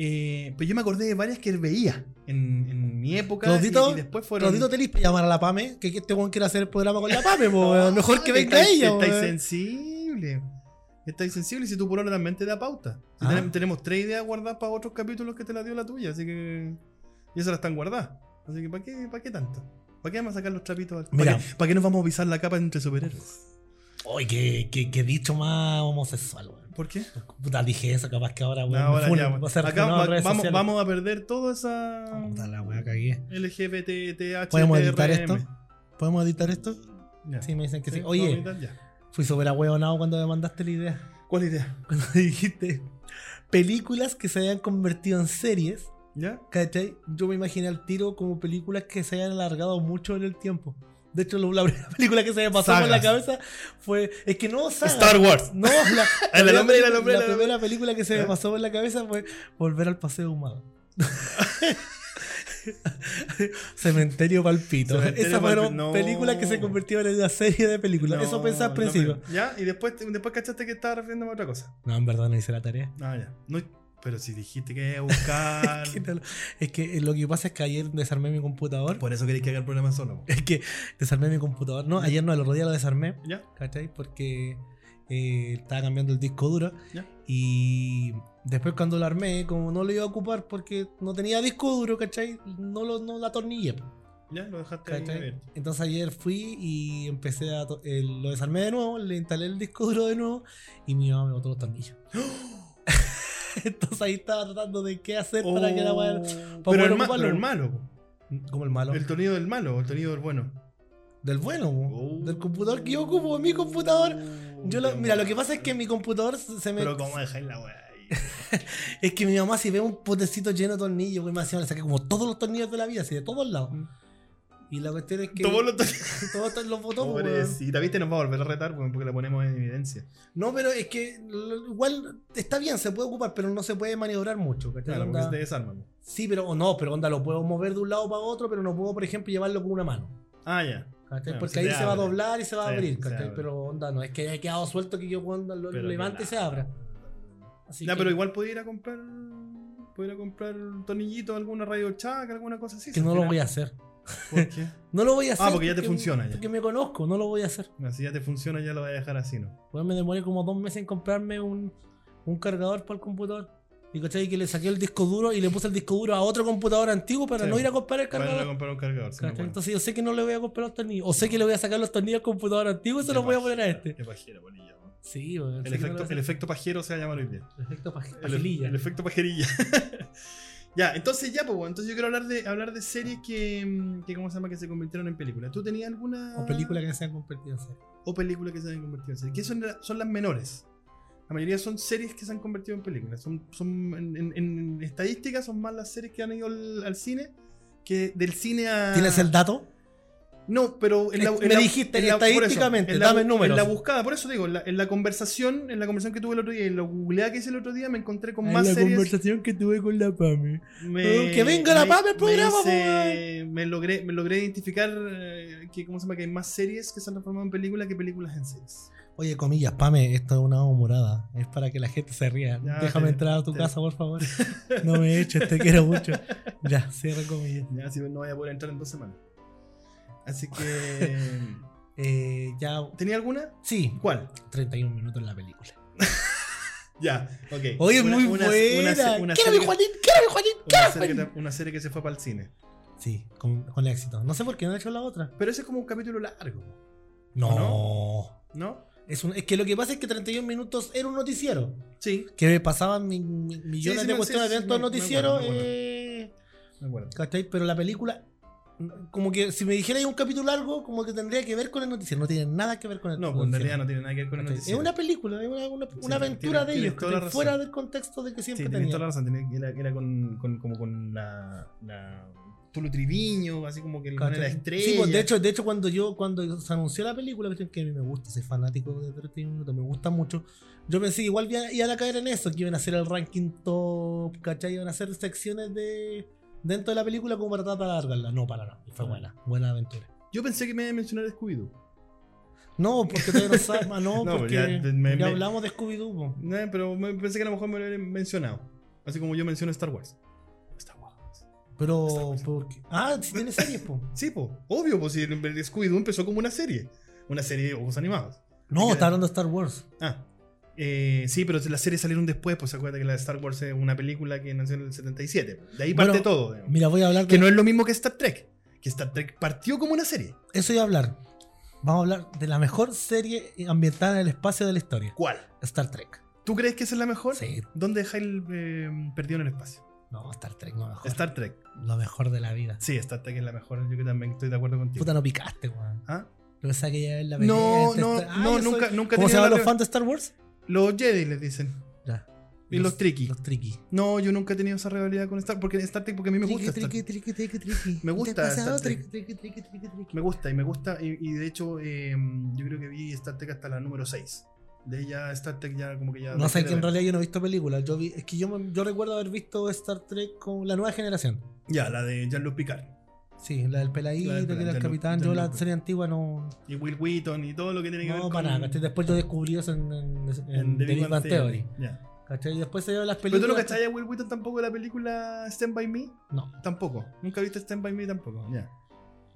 A: Eh, pero yo me acordé de varias que veía en, en mi época.
B: Claudito,
A: y, y después fueron.
B: Rodito Telis para llamar a la Pame, que que este weón quiere hacer el programa con la Pame, <laughs> po, weón. mejor que
A: Ah,
B: venga
A: estáis-
B: ella,
A: Estáis
B: weón.
A: sensible. Estáis sensible y si tu polola también te da pauta. Si
B: Ah.
A: tenem- tenemos tres ideas guardadas para otros capítulos que te la dio la tuya, así que. Y esas las están guardadas. Así que, ¿para qué, para qué tanto? ¿Para qué vamos a sacar los trapitos al
B: Mira.
A: ¿Para qué, para qué nos vamos a pisar la capa entre superhéroes?
B: Oye, qué, qué, qué dicho más homosexual, weón. Pues,
A: ¿Por qué?
B: Puta, dije eso, capaz que ahora, weón.
A: No, ahora
B: me funen,
A: ya,
B: voy a ser
A: acá
B: funado en
A: va-
B: redes
A: vamos,
B: sociales.
A: vamos a perder toda esa.
B: Puta la weá, cagué.
A: LGBTTH.
B: ¿Podemos editar esto? ¿Podemos editar esto?
A: Ya.
B: Sí, me dicen que sí.
A: ¿Podemos
B: Oye,
A: editar? Ya.
B: fui súper ahueonado cuando me mandaste la idea. <laughs>
A: ¿Cuál idea?
B: Cuando dijiste películas que se hayan convertido en series,
A: ¿Ya?
B: ¿cachai? Yo me imaginé al tiro como películas que se hayan alargado mucho en el tiempo. De hecho, lo- la <laughs> primera película que se me pasó por la
A: Sagas.
B: cabeza fue. Es que no, sagas.
A: Star Wars.
B: <laughs> No, la,
A: <laughs> El
B: la
A: hombre y Ah, la
B: primera-
A: hombre,
B: la
A: la
B: primera película que se me
A: ¿Eh?
B: pasó por la cabeza fue Volver al Paseo Humado. <laughs> Cementerio Palpito.
A: Cementerio Palpito,
B: Esas fueron
A: no.
B: películas que se convirtieron en una serie de películas.
A: No,
B: Eso pensaba al
A: no,
B: principio.
A: pero- ya, y después, después cachaste que estaba refiriéndome a otra cosa.
B: No, en verdad no hice la tarea.
A: Ah, ya. No, pero si dijiste que iba a buscar.
B: Quítalo. <laughs> Es que eh, lo que pasa es que ayer desarmé mi computador.
A: Por eso queréis que haga el programa solo. po.
B: Es que desarmé mi computador. No, ayer no, el otro día lo desarmé.
A: ¿Ya?
B: ¿cachai? Porque eh, estaba cambiando el disco duro.
A: Ya.
B: Y después cuando lo armé, como no lo iba a ocupar porque no tenía disco duro, ¿cachai? No lo no la atornillé. po,
A: ¿Ya? Lo dejaste ahí
B: ¿cachai?
A: abierto.
B: Entonces ayer fui y empecé a... to- eh, lo desarmé de nuevo, le instalé el disco duro de nuevo y mi mamá me botó los tornillos.
A: ¡Oh!
B: <laughs> Entonces ahí estaba tratando de qué hacer para que la
A: Oh.
B: weá-
A: Pero
B: poder
A: el, ma-
B: ocuparlo.
A: pero el malo. po.
B: Como el malo.
A: El sonido del malo o el sonido del bueno.
B: Del bueno, po,
A: Oh.
B: del computador que yo ocupo, mi computador. Yo lo- mira, lo que pasa es que mi computador se se me...
A: Pero cómo dejáis la weá ahí.
B: <laughs> Es que mi mamá si ve un potecito lleno de tornillos, güey, me hacía, le saqué como todos los tornillos de la vida, así de todos lados.
A: Mm.
B: Y la cuestión es que
A: Tomó los
B: <laughs> todos to- los botó, pues, güey.
A: Pobrecita, viste, nos va a volver a retar weón, porque la ponemos en evidencia.
B: No, pero es que lo- igual está bien, se puede ocupar, pero no se puede maniobrar mucho. ¿cachai?
A: Claro,
B: Onda-
A: porque se te desarman. po.
B: Sí, pero o no, pero onda, lo puedo mover de un lado para otro, pero no puedo, por ejemplo, llevarlo con una mano.
A: Ah, ya.
B: ¿cachai?
A: Claro,
B: Porque
A: se
B: ahí
A: te
B: se va a
A: abre.
B: doblar y se va a
A: Se-
B: abrir,
A: se
B: ¿cachai?
A: abre.
B: Pero onda, no, es que haya quedado suelto que yo cuando lo
A: Pero que
B: levante
A: la-
B: se abra. Así
A: Ya,
B: que-
A: pero igual pudiera comprar. Pudiera comprar un tornillito, alguna radio chac, alguna cosa así.
B: que no lo voy a hacer.
A: ¿Por qué?
B: No lo voy a hacer.
A: Ah, porque ya te funciona ya.
B: Porque me conozco, no lo voy a hacer.
A: No, si ya te funciona, ya lo voy a dejar así, ¿no?
B: Weón, me demoré como dos meses en comprarme un, un cargador para el computador. Y cachai que le saqué el disco duro y le puse el disco duro a otro computador antiguo para
A: Sí.
B: no ir a comprar el
A: Para no
B: cargador.
A: comprar un cargador. si no,
B: ¿Cachai?
A: bueno.
B: Entonces yo sé que no le voy a comprar los tornillos. O sé que le voy a sacar los tornillos al computador antiguo y se
A: Qué
B: los voy a
A: pajera,
B: poner a este.
A: qué pajera, bolilla, ¿no?
B: Sí, weón,
A: El
B: sé que no
A: efecto,
B: lo voy
A: el
B: a
A: efecto pajero se va a llamar hoy día.
B: hacer. El efecto paj-
A: El-
B: pajililla.
A: El, efecto pajerilla. <laughs> ya, entonces ya, pues, bueno, entonces yo quiero hablar de hablar de series que, mm, que ¿cómo se llama? Que se convirtieron en películas. ¿Tú tenías alguna
B: O películas que se han convertido en serie.
A: o películas que se han convertido en series? ¿Qué son, la- son las menores? La mayoría son series que se han convertido en películas. Son, son en, en- en estadística son más las series que han ido al, al cine que del cine a
B: ¿Tienes el dato?
A: No, pero en la,
B: Me
A: en la-
B: dijiste
A: en la- por eso,
B: estadísticamente,
A: en la-
B: dame números.
A: En la buscada, por eso digo, en la, en la conversación, en la conversación que tuve el otro día, en la googleada que hice el otro día, me encontré con
B: En
A: más
B: la
A: series.
B: conversación que tuve con la Pame.
A: Me-
B: Que venga la
A: me-
B: papa al programa, pues,
A: me, hice- me logré, me logré identificar eh, que cómo se llama que hay más series que se han transformado en películas que películas en series.
B: Oye, comillas, Pame, esto es una humorada. Es para que la gente se ría.
A: Ya,
B: Déjame
A: te-
B: entrar a tu
A: te-
B: casa,
A: <laughs>
B: por favor. No me eches, te quiero mucho. Ya, cierra comillas.
A: Ya, si no voy a poder entrar en dos semanas. Así que <laughs>
B: Eh, ya.
A: ¿Tenía alguna?
B: Sí,
A: ¿Cuál?
B: 31 minutos en la película.
A: Ya, ok.
B: Oye,
A: Una-
B: muy
A: una-
B: buena.
A: Una, se- una
B: ¡Quiero mi
A: serie, que-
B: Juanín! ¡Quiero mi Juanín!
A: una
B: ¡Quiero
A: serie
B: Juanín!
A: que, una serie que se fue para el cine.
B: Sí, con, con éxito. No sé por qué no han hecho la otra.
A: Pero ese es como un capítulo largo,
B: No.
A: ¿no?
B: Es, un- es que lo que pasa es que 31 minutos era un noticiero.
A: Sí,
B: Que pasaban mi- mi- millones
A: sí,
B: de
A: me-
B: cuestiones
A: sí, sí,
B: dentro del
A: me- me
B: noticiero.
A: acuerdo, me acuerdo.
B: eh,
A: me acuerdo.
B: ¿Cachai? Pero la película, como que si me dijerais un capítulo largo, como que tendría que ver con el noticiero. No tiene nada que ver con el
A: No, pues en
B: noticiero.
A: realidad no tiene nada que ver con el
B: ¿Cachai?
A: noticiero.
B: Es una película, es una, una- una
A: tiene-
B: aventura de
A: tiene
B: ellos,
A: toda la
B: ¿cachai?
A: razón.
B: fuera del contexto de que
A: Sí,
B: siempre
A: tenés
B: tenía.
A: toda la razón. tenía- era era con, con, como con la. la Tulu Triviño, así como que el
B: ¿Cachai?
A: era estrella.
B: Sí, pues, de hecho, de hecho cuando yo cuando se anunció la película, cuestión que a mí me gusta, soy fanático de 31 minutos, me gusta mucho. Yo pensé que igual iba- iban a caer en eso, que iban a hacer el ranking top, ¿cachai? Iban a hacer secciones de dentro de la película como para tratar de alargarla. No, para no. Fue buena, buena aventura.
A: Yo pensé que me iba a mencionar Scooby-Doo.
B: No, porque todavía no sabes, ah, no,
A: <laughs> No, pues
B: porque
A: ya,
B: ya,
A: me- me-
B: hablamos de Scooby-Doo. po.
A: No, pero me- pensé que a lo mejor me lo habían mencionado. Así como yo menciono Star Wars. Star Wars. Está
B: Pero,
A: bueno.
B: porque... Ah, si tiene series, po.
A: Sí, pues, obvio, pues si el- el Scooby-Doo empezó como una serie. Una serie de ojos animados.
B: No, está hablando de Star Wars.
A: Ah. eh, sí, pero las series salieron después, pues acuérdate que la de Star Wars es una película que nació en el 77. De ahí parte
B: Bueno,
A: todo. digamos.
B: Mira, voy a hablar de...
A: Que no es lo mismo que Star Trek. Que Star Trek partió como una serie.
B: Eso iba a hablar. Vamos a hablar de la mejor serie ambientada en el espacio de la historia.
A: ¿Cuál?
B: Star Trek.
A: ¿Tú crees que esa es la mejor?
B: Sí.
A: ¿Dónde dejáis el eh, perdido en el espacio?
B: No, Star Trek no mejor.
A: Star Trek.
B: Lo mejor de la vida.
A: Sí, Star Trek es la mejor. Yo que también estoy de acuerdo contigo.
B: Puta, no picaste, weón.
A: ¿Ah?
B: Lo que sabes que ya es la
A: No,
B: pelea,
A: no,
B: Star- Ah,
A: no,
B: yo soy-
A: nunca, nunca he
B: ¿Cómo se
A: tenido
B: llaman los
A: la-
B: fans de Star Wars?
A: Los Jedi les dicen.
B: Ya.
A: Y los, tricky.
B: Los tricky.
A: No, yo nunca he tenido esa rivalidad con Star Porque Star Trek, porque a mí me gusta. Star
B: Tricky,
A: Trek.
B: tricky, tricky, tricky.
A: Me gusta
B: ¿Te has pasado?
A: Star Trek.
B: Tricky, tricky, tricky, tricky, tricky.
A: Me gusta y me gusta. Y, y de hecho, eh, yo creo que vi Star Trek hasta la número 6. De ella, Star Trek ya como que ya.
B: No sé, que en
A: realidad.
B: realidad yo no he visto películas. Yo vi, es que yo, me- yo recuerdo haber visto Star Trek con la nueva generación.
A: Ya, la de Jean-Luc Picard.
B: Sí, la del peladito,
A: La del
B: que era el
A: peladito,
B: capitán.
A: ya
B: Yo
A: lo-
B: la
A: ya lo-
B: serie antigua no,
A: Y Will Wheaton y todo lo que tiene que ver
B: No,
A: con.
B: para nada, ¿cachai? Después yo descubrí eso en, en, en,
A: en
B: The Big Bang Theory.
A: Ya.
B: ¿Cachai? Y después se dio las
A: Pero tú
B: películas.
A: no cachai a Will Wheaton tampoco de la película Stand By Me?
B: No.
A: Tampoco. Nunca viste Stand By Me tampoco. Ya.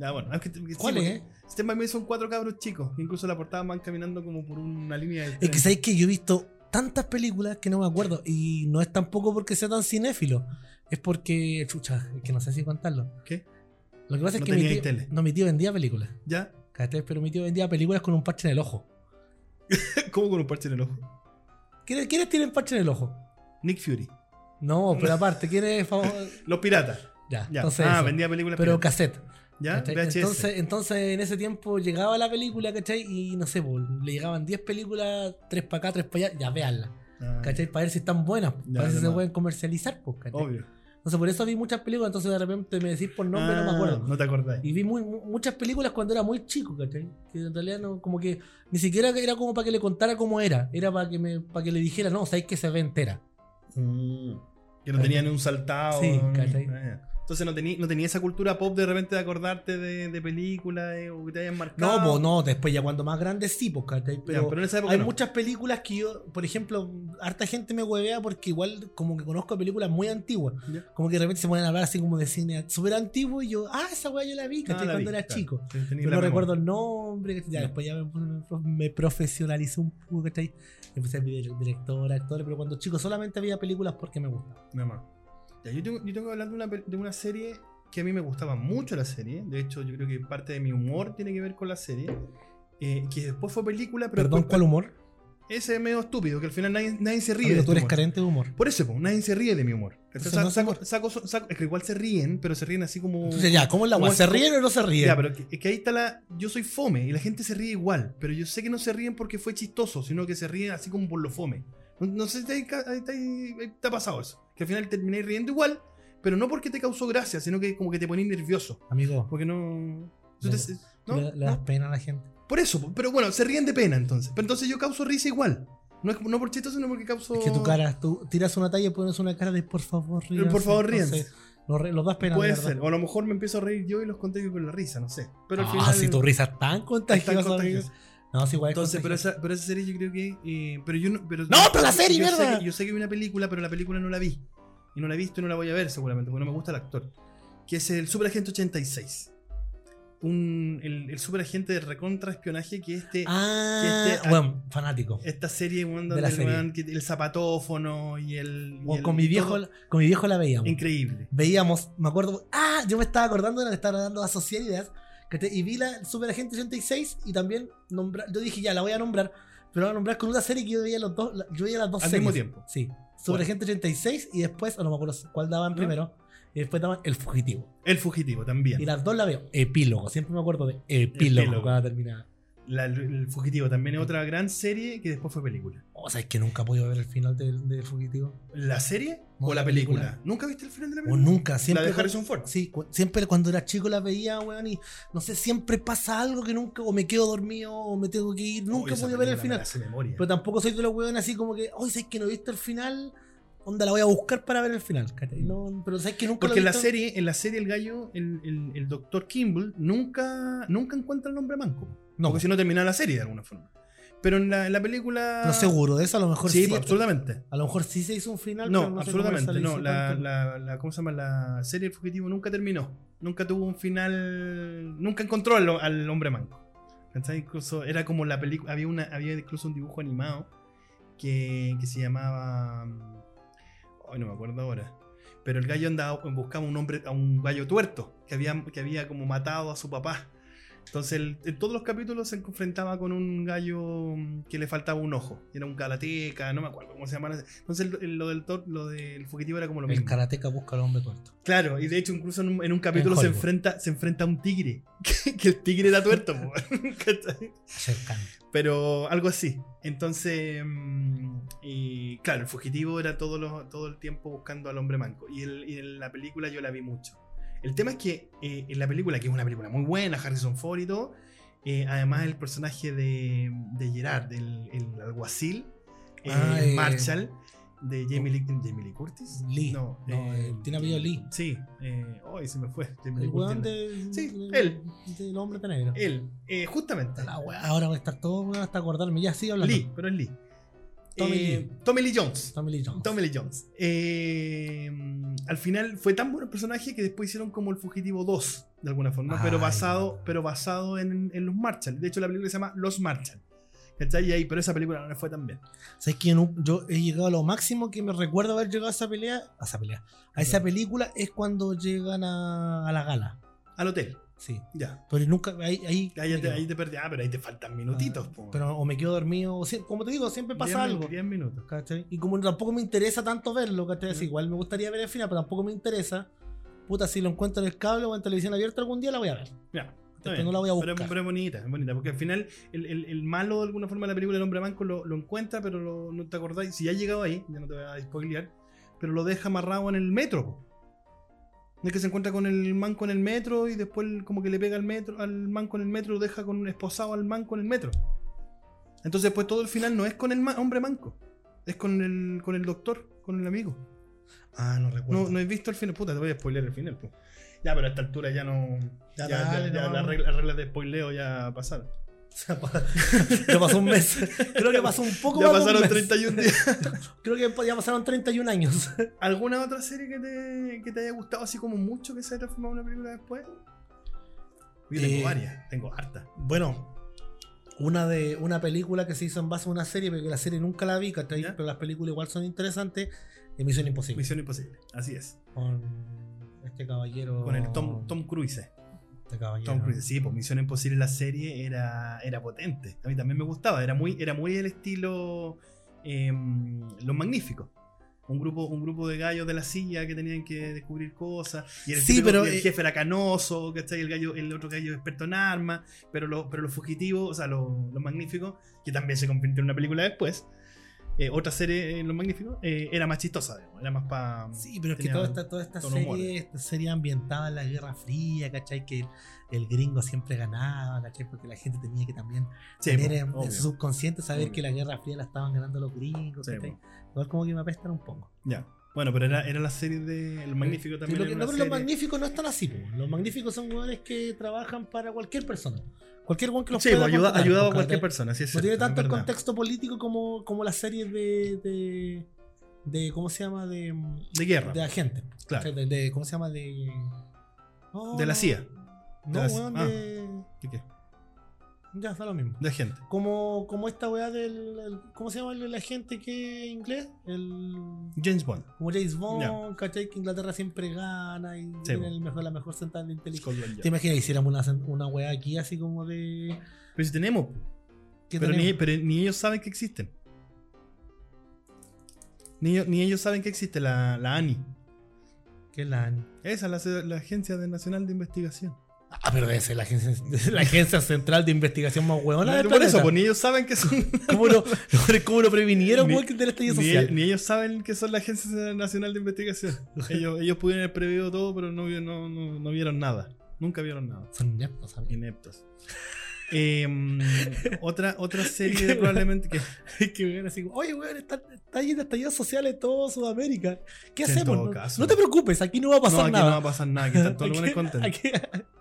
A: Ya, bueno. es que- que sí, pues.
B: ¿Cuál
A: porque
B: es? eh?
A: Stand By Me son cuatro cabros chicos. Incluso la portada van caminando como por una línea de.
B: Es que
A: tren.
B: sabéis que yo he visto tantas películas que no me acuerdo. Y no es tampoco porque sea tan cinéfilo. Es porque, chucha, es que no sé si contarlo.
A: ¿Qué?
B: Lo que pasa es
A: No
B: que mi
A: tenía
B: tío,
A: tele.
B: no, mi tío vendía películas.
A: ¿Ya? <laughs>
B: ¿Cachai? Pero mi tío vendía películas con un parche en el ojo.
A: Como con un parche en el ojo.
B: ¿Quiénes, quiénes tienen parche en el ojo?
A: Nick Fury.
B: No, pero aparte, ¿quiénes? favor-
A: Los piratas.
B: Ya,
A: Ya.
B: entonces.
A: ah,
B: eso.
A: vendía películas
B: pero
A: piratas.
B: cassette.
A: ¿Ya?
B: ¿Cachai?
A: VHS.
B: Entonces, entonces en ese tiempo llegaba la película, ¿cachai? Y no sé, po, le llegaban 10 películas, 3 para acá, 3 para allá, ya veanla,
A: Ah,
B: ¿cachai? Para ver si están buenas,
A: Ya,
B: para ver si se
A: además.
B: pueden comercializar, pues, ¿cachai?
A: Obvio.
B: Entonces por eso vi muchas películas, entonces de repente me decís por nombre, no me
A: Ah,
B: acuerdo.
A: No te acordás.
B: Y vi muy- mu- muchas películas cuando era muy chico, ¿cachai? Que en realidad no, como que ni siquiera era como para que le contara cómo era, era para que me, para que le dijera, no, sabéis que se ve entera.
A: Mm. Que no
B: ¿Cachai?
A: tenían un saltado.
B: Sí,
A: ¿no?
B: ¿cachai?
A: Ah, ya. Entonces no tenía, no tenía esa cultura pop de repente de acordarte de, de películas eh, o que te hayan
B: No,
A: marcado.
B: pues no, después ya cuando más grande sí, pues, ¿cachai?
A: Ya,
B: Pero,
A: en esa época
B: Hay
A: no.
B: muchas películas que yo, por ejemplo, harta gente me huevea porque igual como que conozco películas muy antiguas.
A: Ya.
B: Como que de repente se ponen a hablar así como de cine súper antiguo y yo, ah, esa weá yo la vi,
A: Ah,
B: ¿cachai?
A: la
B: cuando
A: vi,
B: era
A: claro.
B: chico.
A: Ten- tenía
B: Pero
A: la
B: no
A: memoria.
B: recuerdo el nombre, ¿cachai? ya
A: Ya.
B: después ya me, puse- me profesionalicé un poco, ¿cachai? Empecé a pedir director, actores, pero cuando chico solamente había películas porque me gustaban.
A: Nada más. Ya, yo, tengo, yo tengo que hablar de una, pel- de una serie que a mí me gustaba mucho la serie. De hecho, yo creo que parte de mi humor tiene que ver con la serie. Eh, que después fue película, pero
B: Perdón,
A: después-
B: ¿cuál humor?
A: ese medio estúpido, que al final nadie, nadie se ríe.
B: Amigo,
A: de
B: tú
A: tu
B: eres
A: humor.
B: carente de humor.
A: Por eso, po, nadie se ríe de mi humor.
B: Eso
A: Saco-
B: no es
A: saco-
B: humor.
A: saco- saco- es que igual se ríen, pero se ríen así como.
B: Entonces ya, ¿cómo es la
A: ¿Cómo
B: weá?
A: es-
B: ¿Se ríen o no se ríen?
A: Ya, pero que- es que ahí está la. Yo soy fome y la gente se ríe igual, pero yo sé que no se ríen porque fue chistoso, sino que se ríen así como por lo fome. No, no sé si te, ca- ahí te- ahí te ha pasado eso. Que al final terminé riendo igual, pero no porque te causó gracia, sino que como que te ponís nervioso.
B: Amigo,
A: Porque no. eso
B: Le-
A: te- ¿no?
B: le, le das
A: ¿No?
B: pena a la gente.
A: Por eso, po, pero bueno, se ríen de pena entonces. Pero entonces yo causo risa igual. No, es, no por chistoso, sino porque causo.
B: Es que tu cara, tú tiras una talla y pones una cara de por favor ríanse.
A: Eh, Por favor, ríense.
B: Entonces, Los, re- los das pena.
A: Puede
B: de verdad.
A: ser, o a lo mejor me empiezo a reír yo y los contagio con la risa, no sé. Pero al
B: ah,
A: final.
B: si tu risa es tan contagiosa,
A: están
B: amigo.
A: contagiosas.
B: No, si igual es
A: Entonces, pero
B: contagiosa.
A: esa, pero esa serie yo creo que. eh, pero yo no. Pero
B: ¡No, pero la serie,
A: yo sé
B: mierda!
A: que- yo sé que vi una película, pero la película no la vi. Y no la he visto y no la voy a ver seguramente, porque no me gusta el actor. Que es el Super Agente 86. un, el, el superagente de recontraespionaje que este
B: Ah,
A: que este-
B: bueno, fanático.
A: esta serie, weón,
B: De
A: donde
B: la
A: el,
B: serie.
A: weón que- el zapatófono y el. y
B: Bueno,
A: el-
B: con, mi
A: y
B: viejo,
A: todo.
B: con mi viejo la veíamos.
A: Increíble.
B: Veíamos, me acuerdo. Ah, yo me estaba acordando de la que estaba dando a Sociedades. Y vi la Super Agente 86 y también nombra, yo dije, ya la voy a nombrar. Pero la voy a nombrar con una serie que yo veía, los dos, la- yo veía las dos
A: Al
B: series.
A: mismo tiempo.
B: Sí. Super Agente 86 y después, oh, no me acuerdo cuál daban
A: ¿No?
B: primero. Y después daban El Fugitivo.
A: El fugitivo
B: Y
A: también.
B: las dos la veo. Epílogo. Siempre me acuerdo de Epílogo,
A: Epílogo.
B: cuando terminaba.
A: La- el fugitivo también es otra gran serie que después fue película.
B: O sea, es Oh, que nunca he podido ver el final del del Fugitivo.
A: ¿La serie o
B: No, la
A: la película?
B: película.
A: ¿Nunca viste el final de la
B: O
A: película?
B: nunca. Siempre
A: la de
B: cuando-
A: Harrison Ford.
B: Sí, cu- siempre cuando era chico la veía, weón, y no sé, siempre pasa algo que nunca, o me quedo dormido, o me tengo que ir, nunca he podido ver el final. Pero tampoco soy de los weones así como que, hoy sabes que no he visto el final, onda la voy a buscar para ver el final, ¿cachai? No, pero sabes que nunca
A: Porque en
B: lo he
A: la
B: visto.
A: serie, en la serie el gallo, el, el, el doctor Kimball, nunca, nunca encuentra el nombre manco.
B: No,
A: Porque si no termina la serie de alguna forma. Pero en la, en la película.
B: pero seguro, de eso a lo mejor
A: Sí,
B: sí.
A: pues, absolutamente.
B: A lo mejor sí se hizo un final.
A: No,
B: pero sé cómo
A: absolutamente.
B: sale
A: No,
B: ese
A: la,
B: cuento.
A: la, la- ¿cómo se llama? La serie El Fugitivo nunca terminó. Nunca tuvo un final. Nunca encontró al, al hombre manco. ¿Cachai? Incluso era como la película. Había, una, había incluso un dibujo animado que, que se llamaba. mm, Ay, no me acuerdo ahora. Pero el gallo andaba buscaba un hombre, a un gallo tuerto que había, que había como matado a su papá. Entonces, el- en todos los capítulos se enfrentaba con un gallo mm, que le faltaba un ojo. Era un karateca, no me acuerdo cómo se llamaba. Entonces, el- el- lo del tor- lo del fugitivo era como lo
B: El
A: mismo.
B: karateca busca al hombre tuerto.
A: Claro, y de hecho, incluso en un, en un capítulo se
B: Hollywood.
A: enfrenta, se enfrenta a un tigre. <laughs> Que, que el tigre era tuerto, po, <laughs> ¿cachai?
B: Cercano.
A: Pero algo así. Entonces, mm, y claro, el fugitivo era todo, lo- todo el tiempo buscando al hombre manco. Y, el- y en la película yo la vi mucho. El tema es que eh, en la película, que es una película muy buena, Harrison Ford y todo, eh, además el personaje de, de Gerard, el, el alguacil, eh,
B: Ah, eh,
A: Marshall, de Jamie Lee, Jamie Lee Curtis.
B: Oh. Lee. No, eh, tiene apellido Lee.
A: Sí, eh, hoy se me fue. Jamie Lee
B: El
A: Curtis,
B: weón
A: no.
B: de,
A: Sí,
B: del-
A: él.
B: Del hombre de negro.
A: Él, eh, justamente.
B: La wea, ahora va a estar todo weón, hasta acordarme. Ya sigue hablando.
A: Lee, pero es Lee.
B: Tommy
A: Eh,
B: Lee.
A: Tommy Lee Jones.
B: Tommy Lee Jones.
A: Tommy Lee Jones. Eh, al final fue tan bueno el personaje que después hicieron como el Fugitivo 2, de alguna forma, pero
B: Ay.
A: basado, pero basado en, en los Marshall. De hecho, la película se llama Los Marshall. ¿Cachai? Y ahí, pero esa película no le fue tan bien.
B: ¿Sabes que yo, nu- yo he llegado a lo máximo que me recuerdo haber llegado a esa pelea? A esa pelea. A esa película es cuando llegan a, a la gala.
A: Al hotel,
B: Sí.
A: ya.
B: Pero nunca. Ahí. ahí
A: Ahí ya
B: me
A: te,
B: quedo.
A: ahí te perdí. Ah, pero ahí te faltan minutitos.
B: Ah,
A: po.
B: pero o me quedo dormido. o sie- como te digo, siempre pasa
A: Diez min-
B: algo.
A: diez minutos.
B: ¿cachai? Y como tampoco me interesa tanto verlo, ¿cachai? Así,
A: Mm.
B: igual me gustaría ver el final, pero tampoco me interesa. Puta, si lo encuentro en el cable o en televisión abierta algún día la voy a ver.
A: Ya. está
B: Después
A: bien.
B: no la voy a
A: Pero,
B: buscar.
A: pero es bonita, es bonita, porque al final el, el- el malo de alguna forma de la película El Hombre Manco lo, lo encuentra, pero lo- no te acordáis. Si ya has llegado ahí, ya no te voy a spoilear, pero lo deja amarrado en el metro. po. No es que se encuentra con el manco en el metro y después como que le pega al metro, al manco en el metro, lo deja con un esposado al manco en el metro. Entonces, pues todo el final no es con el ma- hombre manco, es con el, con el doctor, con el amigo.
B: Ah, no recuerdo.
A: No, no he visto el final. Puta, te voy a spoiler el final. pues. Ya, pero a esta altura ya no. Ya,
B: Ya
A: ya-
B: dale,
A: ya
B: no.
A: las regla- las reglas de spoileo ya pasaron.
B: ya pasó un
A: <laughs>
B: mes. Creo que pasó un poco
A: Ya
B: más de
A: pasaron
B: un mes.
A: 31
B: <laughs>
A: días.
B: Creo que ya pasaron 31 años.
A: ¿Alguna otra serie que te, que te haya gustado así como mucho que se haya transformado en una película después? Yo tengo
B: Eh.
A: varias, tengo hartas.
B: Bueno, una de una película que se hizo en base a una serie, pero que la serie nunca la vi, ¿cachai?
A: ¿Ya?
B: Pero las películas igual son interesantes. eh, Misión Imposible.
A: Misión Imposible, así es.
B: Con este caballero.
A: Con el
B: Oh.
A: Tom, Tom Cruise.
B: Este caballero.
A: Tom Cruise, sí, pues Misión Imposible la serie era, era potente. A mí también me gustaba, era muy, era muy el estilo eh, Los Magníficos. Un grupo, un grupo de gallos de la silla que tenían que descubrir cosas. Y el,
B: Sí,
A: típico-
B: pero,
A: y el
B: eh,
A: jefe era canoso, ¿cachai? El, gallo, el otro gallo experto en armas. Pero, los- pero los fugitivos, o sea, los, los magníficos, que también se convirtió en una película después. eh, otra serie, eh, Los Magníficos, eh, era más chistosa, digamos, era más para.
B: Sí, pero es que
A: Tenía
B: toda esta, toda esta
A: tono humor.
B: serie, esta serie ambientada en la Guerra Fría, ¿cachai? Que el, el gringo siempre ganaba, ¿cachai? Porque la gente tenía que también tener en, en su subconsciente saber
A: Obvio.
B: que la Guerra Fría la estaban ganando los gringos, ¿cachai? Igual como que me apestan un poco.
A: Ya. Bueno, pero era, era la serie de El Magnífico también.
B: Pero lo que-
A: era
B: no,
A: una
B: pero los
A: serie-
B: magníficos no están así, po. Los magníficos son jugadores que trabajan para cualquier persona. Cualquier one que los
A: Sí,
B: pueda
A: pues, ayuda,
B: contratar,
A: ayudaba a
B: po,
A: cualquier
B: ¿cachai?
A: persona, sí es cierto,
B: No tiene
A: es
B: tanto el
A: verdad.
B: contexto político como, como las series de, de, de- ¿Cómo se llama? De,
A: De guerra,
B: de agentes.
A: claro.
B: ¿cachai? De, de- ¿Cómo se llama? De. Oh,
A: De la CIA. De
B: No,
A: las-
B: weón,
A: ah.
B: de.
A: ¿De qué?
B: Ya, está lo mismo.
A: De gente.
B: Como, como esta weá del. el- ¿Cómo se llama el, el agente que inglés? El.
A: James Bond.
B: Como James Bond,
A: Ya.
B: ¿cachai? Que Inglaterra siempre gana y
A: Sí,
B: tiene
A: po.
B: el mejor, la mejor sentada de inteligencia.
A: Scotland Yard.
B: ¿Te imaginas? Hiciéramos una, sen- una weá aquí así como de.
A: Pero si tenemos.
B: ¿Qué
A: Pero ni,
B: tenemos?
A: pero ni ellos saben que existen. Ni, ellos- ni ellos saben que existe la, la ANI.
B: ¿Qué es la ANI?
A: Esa es la, la Agencia de- Nacional de Investigación.
B: Ah, pero debe ser la agencia, <laughs> la agencia central de investigación más huevona del
A: por
B: planeta.
A: eso, pues ni ellos saben que
B: <laughs>
A: son. <laughs>
B: ¿Cómo lo, cómo lo previnieron,
A: Ni-
B: weón, que del estallido
A: Ni,
B: social?
A: ni ellos saben que son la Agencia Nacional de
B: <laughs>
A: Investigación. Ellos, ellos pudieron haber previsto todo, pero no, vi- no, no, no vieron nada. Nunca vieron nada.
B: Son neptos, <laughs> amigo.
A: Ineptos. Em, otra, otra serie
B: <laughs>
A: de probablemente que.
B: que weón así como, oye, weón, está, está lleno de estallidos sociales en todo Sudamérica. ¿Qué
A: En
B: hacemos?
A: todo
B: No-
A: caso.
B: No, te preocupes, aquí no va a
A: No,
B: pasar
A: aquí no va
B: nada.
A: a pasar nada, que
B: <laughs>
A: están todos los buenos
B: Aquí-
A: contentos.
B: aquí- <laughs>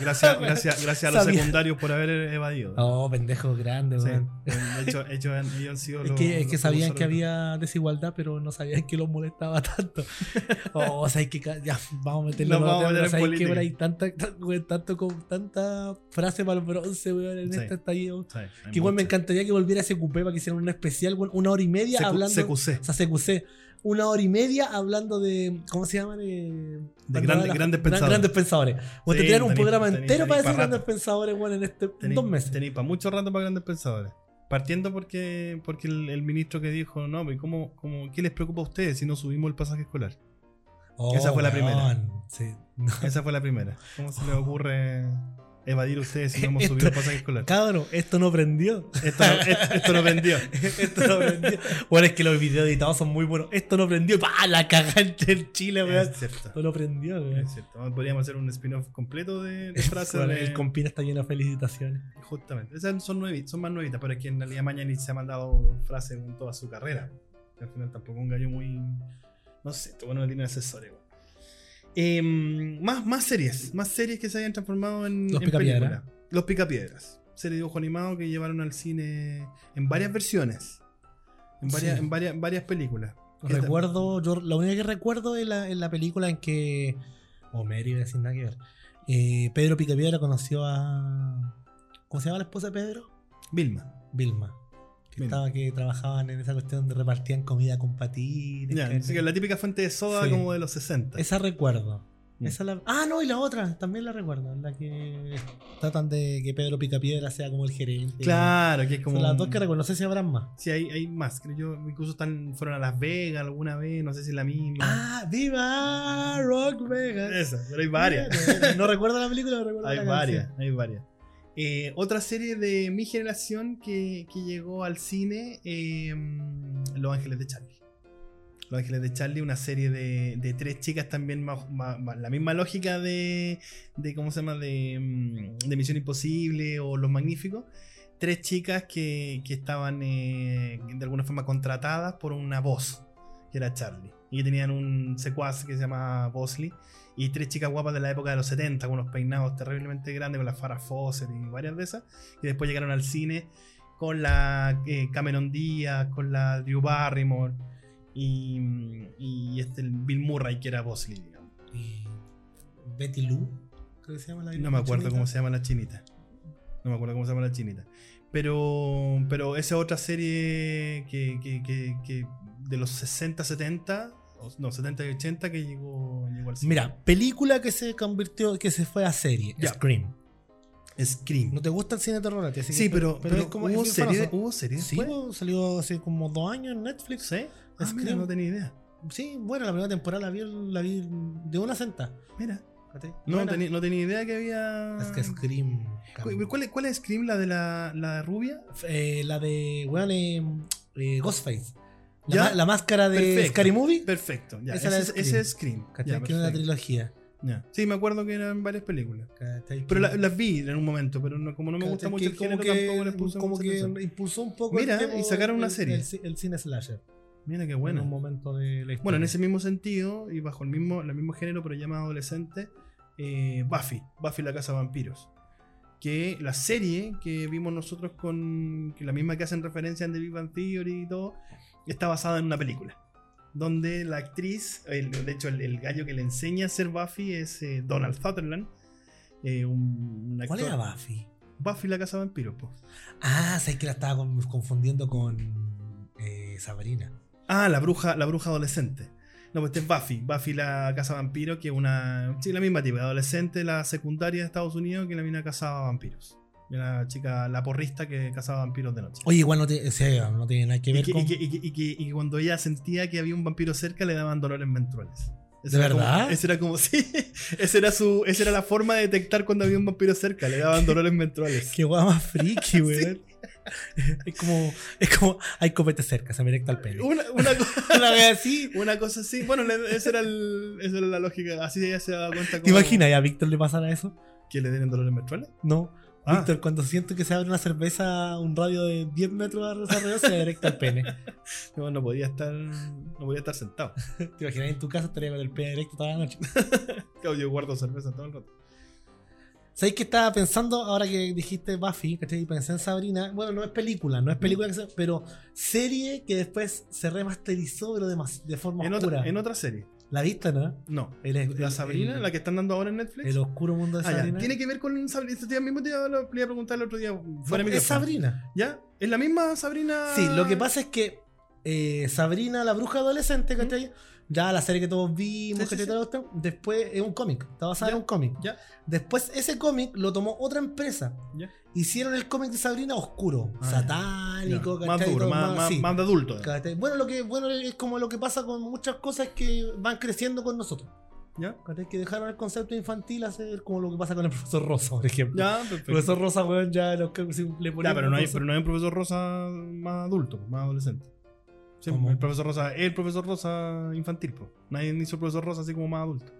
A: Gracias, gracias, gracias a los
B: Sabía.
A: secundarios por haber evadido.
B: Oh, pendejo grande,
A: Sí. em,
B: weón.
A: De hecho, ellos, han- ellos han sido
B: Es
A: los-
B: que, es que
A: los
B: sabían que
A: precursores de-
B: había desigualdad, pero no sabían que los molestaba <laughs> tanto. Oh, O, o sea, es que ca- ya vamos a meterlo
A: Nos
B: en
A: vamos a meter
B: otra, pero
A: en
B: sabes que
A: política.
B: ahora hay tanta, tan- weón, tanto con- tanta frase para el bronce, weón, en
A: Sí.
B: este estallido.
A: Sí, hay
B: Que igual me
A: mucho.
B: encantaría que volviera ese cupé para que hicieran un especial, weón, una hora y media
A: CQ-
B: hablando.
A: CQC,
B: O sea, CQC. Una hora y media hablando de. ¿Cómo se llaman? Eh,
A: de
B: cuando
A: grandes,
B: habla-
A: grandes
B: gran-
A: pensadores.
B: grandes pensadores. O
A: Sí,
B: tendrían un
A: tenéis-
B: programa
A: tenéis-
B: entero
A: tenéis
B: para
A: pa'
B: decir
A: rato.
B: grandes pensadores, weón, en este
A: Tení-
B: dos meses.
A: Tení para mucho rato para grandes pensadores. Partiendo porque, porque el, el ministro que dijo, no, pero ¿cómo, cómo, ¿qué les preocupa a ustedes si no subimos el pasaje escolar? Esa fue la primera.
B: Oh, weón, Sí.
A: Esa fue la primera. ¿Cómo se les ocurre evadir a ustedes si no
B: <laughs>
A: hemos subido el pasaje escolar?
B: Cabrón, esto no prendió.
A: Esto no, esto, esto no vendió.
B: <laughs> Esto no prendió. Bueno, es que los videos editados son muy buenos. Esto no prendió. ¡Pah! La cagante en Chile, weón.
A: Es cierto.
B: Esto no prendió, weón. <laughs>
A: Es cierto. Podríamos hacer un spin-off completo de, de frases.
B: Bueno,
A: de-
B: el compina está lleno de felicitaciones.
A: Justamente. Esas son, nuevi- son más nuevitas, pero es que en realidad Mañani se ha mandado frases en toda su carrera. Al final tampoco es un gallo muy. No sé, este bueno, no tiene asesores. weón. Em, más, más series, más series que se hayan transformado en.
B: Los
A: en
B: Picapiedra.
A: película. Los Picapiedras. Serie de dibujo animado que llevaron al cine en varias versiones. En varias,
B: Sí.
A: en varias, varias películas. ¿Qué tal?
B: Recuerdo, yo la única que recuerdo es la, es la película en que. Homer iba a decir nada que ver. Eh, Pedro Picapiedra conoció a. ¿Cómo se llama la esposa de Pedro?
A: Vilma.
B: Vilma. Que,
A: Vilma.
B: estaba, que trabajaban en esa cuestión de repartían comida con patines.
A: Ya,
B: ¿cachai?
A: así que la típica fuente de soda
B: Sí.
A: como de los 60.
B: Esa recuerdo.
A: Mm.
B: Esa la- Ah, no, y la otra, también la recuerdo. La que tratan de que Pedro Picapiedra sea como el gerente.
A: Claro, que es como.
B: Son las dos
A: un-
B: que recuerdo, no sé si habrán más.
A: Sí, hay, hay más, creo yo. Incluso están, fueron a Las Vegas alguna vez, no sé si es la misma.
B: Ah, viva Rock Vegas.
A: Esa, pero hay varias.
B: Mira, <laughs> No, no recuerdo la película, pero recuerdo la
A: Hay
B: canción.
A: varias, hay varias. Eh, otra serie de mi generación que, que llegó al cine, eh, Los Ángeles de Charlie. Los Ángeles de Charlie, una serie de, de tres chicas también, más- más- más- la misma lógica de, de, ¿cómo se llama?, de, mm, de Misión Imposible o Los Magníficos. Tres chicas que, que estaban eh, de alguna forma contratadas por una voz, que era Charlie. Y que tenían un secuaz que se llama Bosley. Y tres chicas guapas de la época de los 70, con unos peinados terriblemente grandes, con la Farah Fawcett y varias de esas. Y después llegaron al cine con la eh, Cameron Díaz, con la Drew Barrymore y, y este el Bill Murray, que era Bosley, digamos.
B: Y Eh, Betty Lou, creo que se llama la
A: No me acuerdo
B: chinita.
A: cómo se llama la chinita. No me acuerdo cómo se llama la chinita. Pero, pero esa otra serie que, que- que- que de los 60, 70, o- no, 70 y 80 que llegó, llegó al cine.
B: Mira, película que se convirtió, que se fue a serie,
A: Ya.
B: Scream.
A: Scream.
B: No te gusta el cine de terror, a ti, así que-
A: Sí, pero, pero, hubo,
B: bien
A: serie,
B: famoso.
A: hubo serie
B: Sí,
A: después.
B: pues, salió hace como dos años en Netflix.
A: ¿Sí? Ah,
B: Scream.
A: mira, no tenía idea.
B: Sí, bueno, la primera temporada la vi, la vi de una senta.
A: Mira,
B: Fíjate,
A: no,
B: buena.
A: tenía, no tenía idea que había.
B: Es que Scream.
A: Ah. ¿Cu- ¿Cuál, es- cuál es Scream? ¿La de la, la rubia?
B: Eh, la de, weón, eh, eh, Ghostface. La,
A: Ya.
B: ma- la máscara de
A: Perfecto.
B: Scary Movie.
A: Perfecto, ya.
B: Esa
A: ese,
B: la de
A: es-
B: Scream.
A: ese es Scream.
B: ¿Cachai?
A: Ya,
B: que era una
A: perfecto.
B: trilogía.
A: Ya. Sí, me acuerdo que eran varias películas.
B: ¿cachai?
A: Pero la-
B: Que-
A: las vi en un momento, pero no- como no me gusta
B: ¿cachai?
A: mucho
B: Que
A: el género,
B: como
A: tampoco le
B: que-
A: puse
B: como
A: mucha
B: que
A: atención.
B: impulsó un poco
A: Mira,
B: el
A: y sacaron una
B: el-
A: serie.
B: el, ci- el cine slasher
A: Mira qué
B: bueno en un
A: bueno.
B: momento de la historia
A: Bueno, en ese mismo sentido y bajo el mismo, el mismo género, pero ya más adolescente, eh, Buffy, Buffy la Casa de Vampiros. Que la serie que vimos nosotros con que la misma que hacen referencia en The Big Bang Theory y todo, está basada en una película. Donde la actriz, el- de hecho el, el gallo que le enseña a ser Buffy es eh, Donald Sutherland, eh, un, un
B: ¿Cuál
A: actor-
B: era Buffy?
A: Buffy la Casa de Vampiros, po.
B: Ah, sabes que la estaba con- confundiendo con eh, Sabrina.
A: Ah, la bruja, la bruja adolescente. No, pues este es Buffy. Buffy la Casa Vampiro, que es una. Sí, la misma tipa, adolescente, la secundaria de Estados Unidos, que la mina cazaba vampiros. Una chica, la porrista que cazaba vampiros de noche.
B: Oye, igual no, te- o sea, no tiene nada que
A: Y
B: ver
A: que,
B: con.
A: y que- y que- y que- y que cuando ella sentía que había un vampiro cerca le daban dolores menstruales.
B: ¿De
A: era como-
B: verdad?
A: ese era como, <laughs> sí, esa era, su, esa era la forma de detectar cuando había un vampiro cerca, le daban dolores menstruales.
B: Qué guay más
A: <laughs>
B: friki, weón. Es como, es como, ay, cómete cerca, se me erecta el pene.
A: Una, una, co-
B: Una vez así.
A: una cosa así, bueno, le- esa era, el- esa era la lógica, así ella se daba cuenta.
B: ¿Te
A: como-
B: imaginas a Víctor le pasara eso?
A: ¿Que le den dolores menstruales?
B: No.
A: Ah.
B: Víctor, cuando siento que se abre una cerveza a un radio de 10 metros alrededor, se me erecta el pene.
A: No, no podía estar, no podía estar sentado. <laughs>
B: ¿Te imaginas en tu casa estaría con el pene directo toda la noche?
A: Claro, yo guardo cerveza todo el rato.
B: ¿Sabéis que estaba pensando ahora que dijiste Buffy? ¿Cachai? Y Pensé en Sabrina. Bueno, no es película, no es película, que sea- pero serie que después se remasterizó, pero de, mas- de forma
A: En
B: oscura.
A: otra, en otra serie,
B: ¿La viste, no?
A: no.
B: El- el-
A: La Sabrina,
B: el-
A: la que están dando ahora en Netflix.
B: El oscuro mundo de
A: Ah, ya.
B: Sabrina.
A: Tiene que ver con Sabrina. Este día mismo te iba a lo- le iba a preguntar el otro día. Fuera
B: No,
A: de
B: es
A: micrófono.
B: Sabrina.
A: ¿Ya? ¿Es la misma Sabrina?
B: Sí, lo que pasa es que eh, Sabrina, la bruja adolescente, ¿cachai? Ya la serie que todos vimos,
A: Sí, sí,
B: ¿cachai?
A: sí.
B: Todo esto, Después es un cómic, está basada
A: Ya,
B: en un cómic.
A: ya.
B: Después ese cómic lo tomó otra empresa.
A: Ya.
B: Hicieron el cómic de Sabrina oscuro,
A: Ah, ya. Ya,
B: satánico,
A: Más
B: ¿cachai?
A: duro,
B: Todo
A: más, más-
B: sí,
A: más de adulto.
B: ¿cachai? Bueno, lo que, bueno, es como lo que pasa con muchas cosas que van creciendo con nosotros.
A: ¿Ya?
B: ¿cachai? Que dejaron el concepto infantil a ser como lo que pasa con el profesor Rosa, por ejemplo.
A: Ya, perfecto.
B: Profesor Rosa, weón, ya los que si le ponían
A: Ya, pero no, hay,
B: Rosa.
A: pero no hay un profesor Rosa más adulto, pues, más adolescente. Sí,
B: ¿Cómo?
A: el profesor Rosa, el profesor Rosa infantil, po. Nadie hizo el profesor Rosa así como más adulto.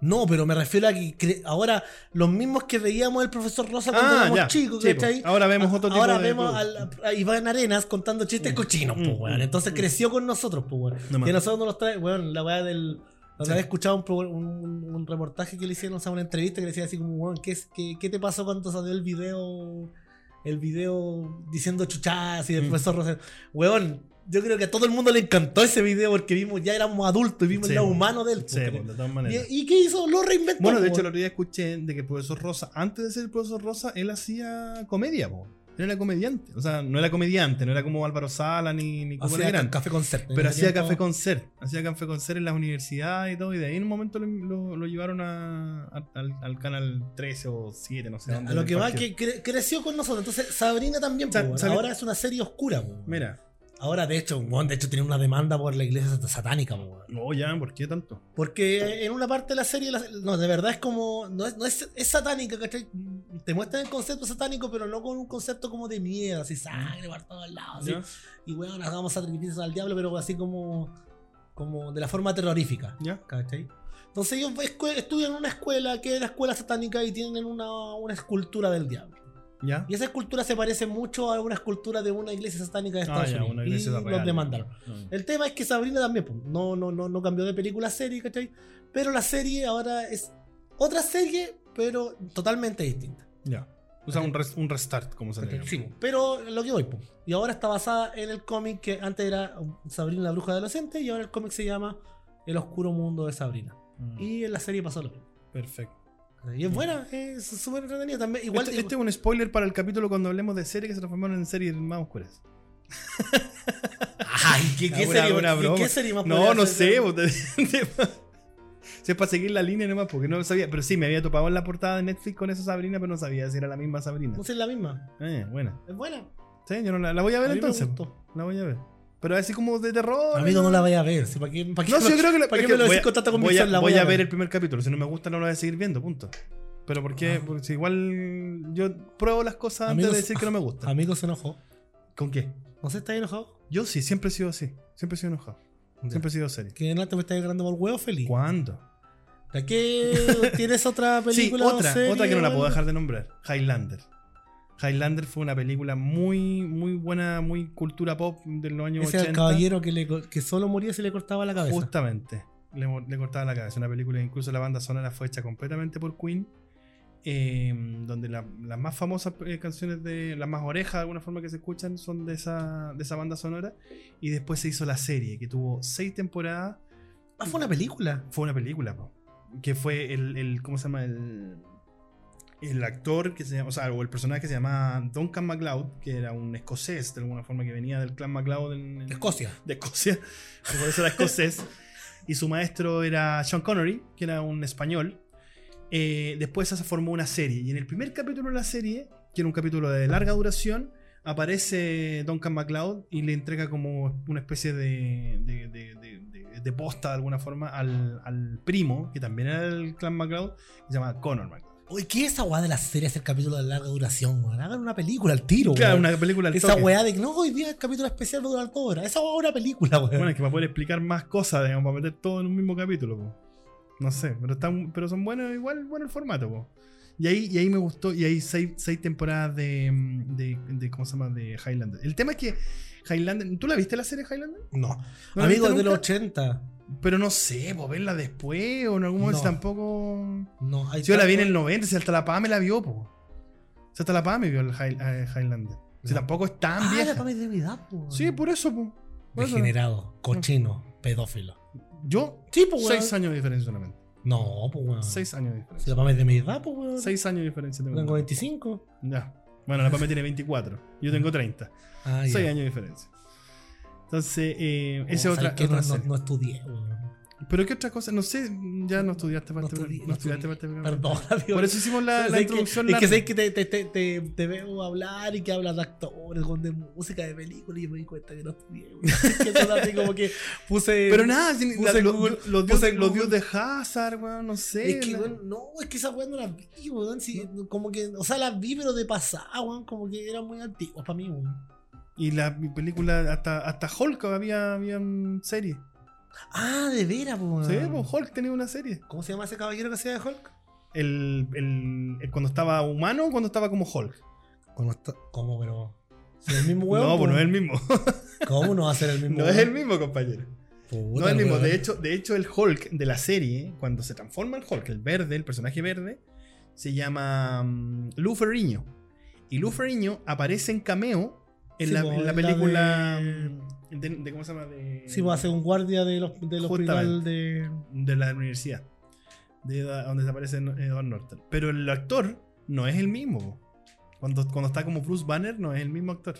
B: No, pero me refiero a que cre- ahora los mismos que veíamos el profesor Rosa Ah, cuando éramos chicos,
A: Ah, Sí, po.
B: ¿cachai?
A: Ahora vemos otro tipo
B: Ahora
A: de
B: vemos
A: producto.
B: al- a Iván Arenas contando chistes
A: Mm,
B: cochinos,
A: mm,
B: pues, weón.
A: mm,
B: Entonces
A: mm.
B: creció con nosotros, pues, weón.
A: No
B: Y a
A: más.
B: nosotros nos los trae, weón, la weá del. La otra
A: Sí.
B: vez escuchaba un, pro- un- un reportaje que le hicieron, o sea, una entrevista que le decía así como, weón, ¿qué, es- qué, qué te pasó cuando salió el video? El video diciendo chuchadas y el
A: Mm.
B: profesor Rosa. Weón, yo creo que a todo el mundo le encantó ese video porque vimos, ya éramos adultos y vimos
A: Sí,
B: el lado
A: weón.
B: humano de él.
A: Sí,
B: pues,
A: po, de todas maneras.
B: ¿Y, y qué hizo? Lo reinventó. pues.
A: Bueno, de
B: po.
A: hecho, el otro día escuché de que el profesor Rosa, antes de ser el profesor Rosa, él hacía comedia, po. Él era comediante. O sea, no era comediante, no era como Álvaro Sala ni, ni como
B: hacía
A: era
B: ca- café concert. En
A: Pero
B: ese
A: hacía
B: tiempo-
A: café concert, hacía café concert en las universidades y todo, y de ahí en un momento lo, lo- lo llevaron a, a- al, al canal 13 o 7, no sé dónde.
B: A lo que va,
A: partió.
B: que cre- creció con nosotros. Entonces, Sabrina también,
A: Sa-
B: po, weón.
A: Sabri-
B: ahora es una serie oscura. po, weón.
A: Mira,
B: Ahora, de hecho, weón, de hecho, tiene una demanda por la iglesia sat- satánica. po, weón.
A: no, ya, ¿por qué tanto?
B: Porque en una parte de la serie, la- no, de verdad es como. No es, no es, es satánica, ¿cachai? Te muestran el concepto satánico, pero no con un concepto como de miedo, así sangre por todos lados. así.
A: ¿Ya?
B: Y weón, hagamos sacrificios al diablo, pero así como. Como de la forma terrorífica.
A: ¿Ya?
B: ¿Cachai? Entonces ellos escue- estudian en una escuela que es la escuela satánica y tienen una, una escultura del diablo.
A: ¿Ya?
B: Y esa escultura se parece mucho a una escultura de una iglesia satánica de Estados
A: Ah, ya, Ah.
B: Unidos.
A: una iglesia
B: y
A: de
B: los
A: real.
B: demandaron.
A: No.
B: El tema es que Sabrina también pues, no, no, no, no cambió de película a serie, ¿cachai? Pero la serie ahora es otra serie, pero totalmente distinta.
A: Ya. O sea, un, res- un restart, como se le
B: ¿cachai?
A: llama.
B: Sí, pero lo que voy, pues. Y ahora está basada en el cómic que antes era Sabrina la bruja adolescente y ahora el cómic se llama El oscuro mundo de Sabrina.
A: Mm,
B: Y en la serie pasó lo mismo.
A: Perfecto.
B: Y es buena, es súper entretenida también. Igual
A: este, este es un spoiler para el capítulo cuando hablemos de series que se transformaron en series más oscuras.
B: <laughs> Ay, ¿qué,
A: Ah, una- una
B: qué-
A: broma.
B: qué serie más
A: No,
B: podría
A: no
B: ser?
A: sé. vos te- <laughs> Si es para seguir la línea nomás, porque no lo sabía. Pero sí, me había topado en la portada de Netflix con esa Sabrina, pero no sabía si era la misma Sabrina.
B: No sé, es la misma.
A: Eh, buena.
B: Es buena.
A: Sí, yo no la, la voy a ver
B: A mí me
A: entonces.
B: gustó.
A: La voy a ver. Pero así como de terror.
B: Amigo, no la vaya a ver. ¿sí? ¿Para qué, para qué
A: No, sí, yo creo que la-
B: ¿Para
A: es
B: qué
A: que
B: me lo
A: voy
B: decís
A: a-
B: con tanta
A: voy a-
B: convicción? La
A: voy a ver el primer capítulo. Si no me gusta, no lo voy a seguir viendo, punto. Pero ¿por qué?
B: Ah.
A: Porque si igual yo pruebo las cosas antes
B: Amigos-
A: de decir que no me gusta.
B: Amigo se enojó.
A: ¿Con qué?
B: No sé, ¿estás enojado?
A: Yo sí, siempre he sido así. Siempre he sido enojado. Siempre he sido serio.
B: Que no te me estás agarrando por huevo, feliz.
A: ¿Cuándo?
B: ¿Para qué tienes otra
A: Sí,
B: película? o
A: otra,
B: serie,
A: otra que no la puedo
B: weón?
A: dejar de nombrar. Highlander. Highlander fue una película muy, muy buena, muy cultura pop de los años
B: Ese
A: 80.
B: es el caballero que, le, co- que solo moría si le cortaba la cabeza.
A: Justamente. Le, mo- le cortaba la cabeza. Una película, incluso la banda sonora fue hecha completamente por Queen. eh, donde la- las más famosas eh, canciones de las más orejas de alguna forma que se escuchan son de esa, de esa banda sonora y después se hizo la serie que tuvo seis temporadas
B: Ah, fue una película.
A: fue una película po, que fue el, el- ¿cómo se llama? el el actor que se llama, o sea, o el personaje que se llama Duncan MacLeod, que era un escocés de alguna forma que venía del clan MacLeod en, en-
B: De Escocia.
A: de Escocia, que por eso era escocés, y su maestro era Sean Connery, que era un español. Eh, después se formó una serie, y en el primer capítulo de la serie, que era un capítulo de larga duración, aparece Duncan MacLeod y le entrega como una especie de, de, de- de- de- de posta de alguna forma al, al primo, que también era del clan MacLeod, que se llama Connor MacLeod.
B: Oye, ¿qué es esa weá de las series, el capítulo de larga duración, weón? Hagan una película al tiro, weón.
A: Claro, una película al
B: Esa
A: toque.
B: weá de que no, hoy día el capítulo especial va a durar dos horas. Esa weá es una película, weón.
A: Bueno, es que para poder explicar más cosas, digamos, para meter todo en un mismo capítulo, po. No sé, pero están, pero son buenos, igual bueno el formato, po. Y ahí, y ahí me gustó, y hay seis, seis temporadas de, mm, de, de- ¿Cómo se llama? De Highlander. El tema es que Highlander. ¿Tú la viste la serie Highlander?
B: no.
A: ¿No la
B: Amigos
A: viste
B: de los
A: nunca?
B: 80.
A: Pero no sé, po, verla después o en algún momento
B: No.
A: tampoco.
B: No, hay
A: Si yo la vi en
B: tanto-
A: el 90, si hasta la PAME la vio, po. Si hasta la PAME vio el High- eh, Highlander. Si
B: No.
A: tampoco es tan
B: Ah,
A: vieja.
B: la Pame de mi edad, po, weón.
A: Sí, por eso, po. Por eso.
B: Degenerado, cochino, pedófilo.
A: Yo,
B: Sí, po, weón.
A: seis años de diferencia solamente.
B: No, pues weón.
A: Seis años de diferencia.
B: Si la Pame es de mi edad, pues weón.
A: Seis años de diferencia tengo.
B: Tengo 25.
A: Ya. Bueno, la Pame tiene 24. Yo tengo 30.
B: <laughs> Ah,
A: Seis
B: ya.
A: años de diferencia. Entonces, eh,
B: Oh,
A: esa es
B: ¿sabes
A: otra,
B: qué?
A: otra
B: no, no,
A: serie.
B: no estudié, weón.
A: Pero qué otra cosa, no sé, ya no estudiaste parte.
B: No
A: No,
B: estudié, no
A: estudiaste
B: estudié.
A: parte.
B: Perdón, <laughs>
A: Por eso hicimos la,
B: Es
A: la
B: que-
A: introducción
B: Es que
A: larga.
B: sé que te, te, te, te, te veo hablar y que hablas de actores, weón, de música, de películas, y yo me di cuenta que no estudié, weón. <laughs> Es que eso así como que puse.
A: Pero nada, sin-
B: puse
A: la- lo-
B: Google-
A: los,
B: puse
A: dios, los
B: Google.
A: dios de Hazard, weón, no sé.
B: Es que,
A: la-
B: weón, no, es que esas weas no las vi, weón. sí, como que, o sea, las vi, pero de pasada, weón. Como que eran muy antiguas para mí, weón.
A: Y la película, hasta, hasta Hulk había, había una serie.
B: Ah, de veras, weón.
A: Sí, pues, Hulk tenía una serie.
B: ¿Cómo se llama ese caballero que hacía de Hulk?
A: El, el- el- cuando estaba humano o cuando estaba como Hulk.
B: ¿Cómo, está? ¿Cómo pero? Si
A: <laughs>
B: el mismo weón.
A: no, pues
B: weón.
A: no es el mismo.
B: ¿Cómo no va a ser el mismo
A: <laughs> No es el mismo, compañero.
B: Puta,
A: No es el mismo.
B: weón.
A: De hecho, de hecho, el Hulk de la serie, cuando se transforma en Hulk, el verde, el personaje verde, se llama mm, Lou Ferrigno. Y Lou Ferrigno aparece en cameo en,
B: Mm. Sí,
A: la,
B: po,
A: en la
B: en la
A: película.
B: de-
A: mm, de... de- ¿Cómo se llama? De,
B: Sí, va a ser un guardia de los, del hospital
A: Justamente.
B: de.
A: de la universidad. De la- donde aparece Edward Norton. Pero el actor no es el mismo. po. Cuando, cuando está como Bruce Banner, no es el mismo actor.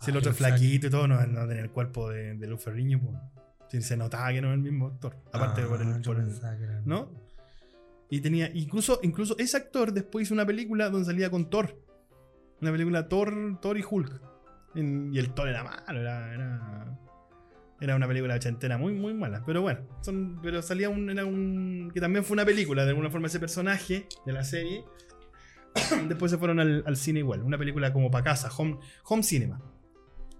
A: Si el
B: Ah,
A: otro es
B: pero Ah, saca-
A: flaquito y todo, no, no tenía el cuerpo de, de Lou Ferrigno. po. Sí, Se notaba que no es el mismo actor. Aparte
B: Ah,
A: por el-
B: yo
A: por el,
B: pensaba que era el
A: ¿no?
B: mismo.
A: Y tenía. Incluso, incluso ese actor después hizo una película donde salía con Thor. Una película Thor, Thor y Hulk. En- y el Thor era malo, era. era era una película ochentera muy, muy mala. Pero bueno, son, pero salía un. Era un. Que también fue una película, de alguna forma, ese personaje de la serie. <coughs> Después se fueron al, al cine igual. Una película como para casa, home, home cinema.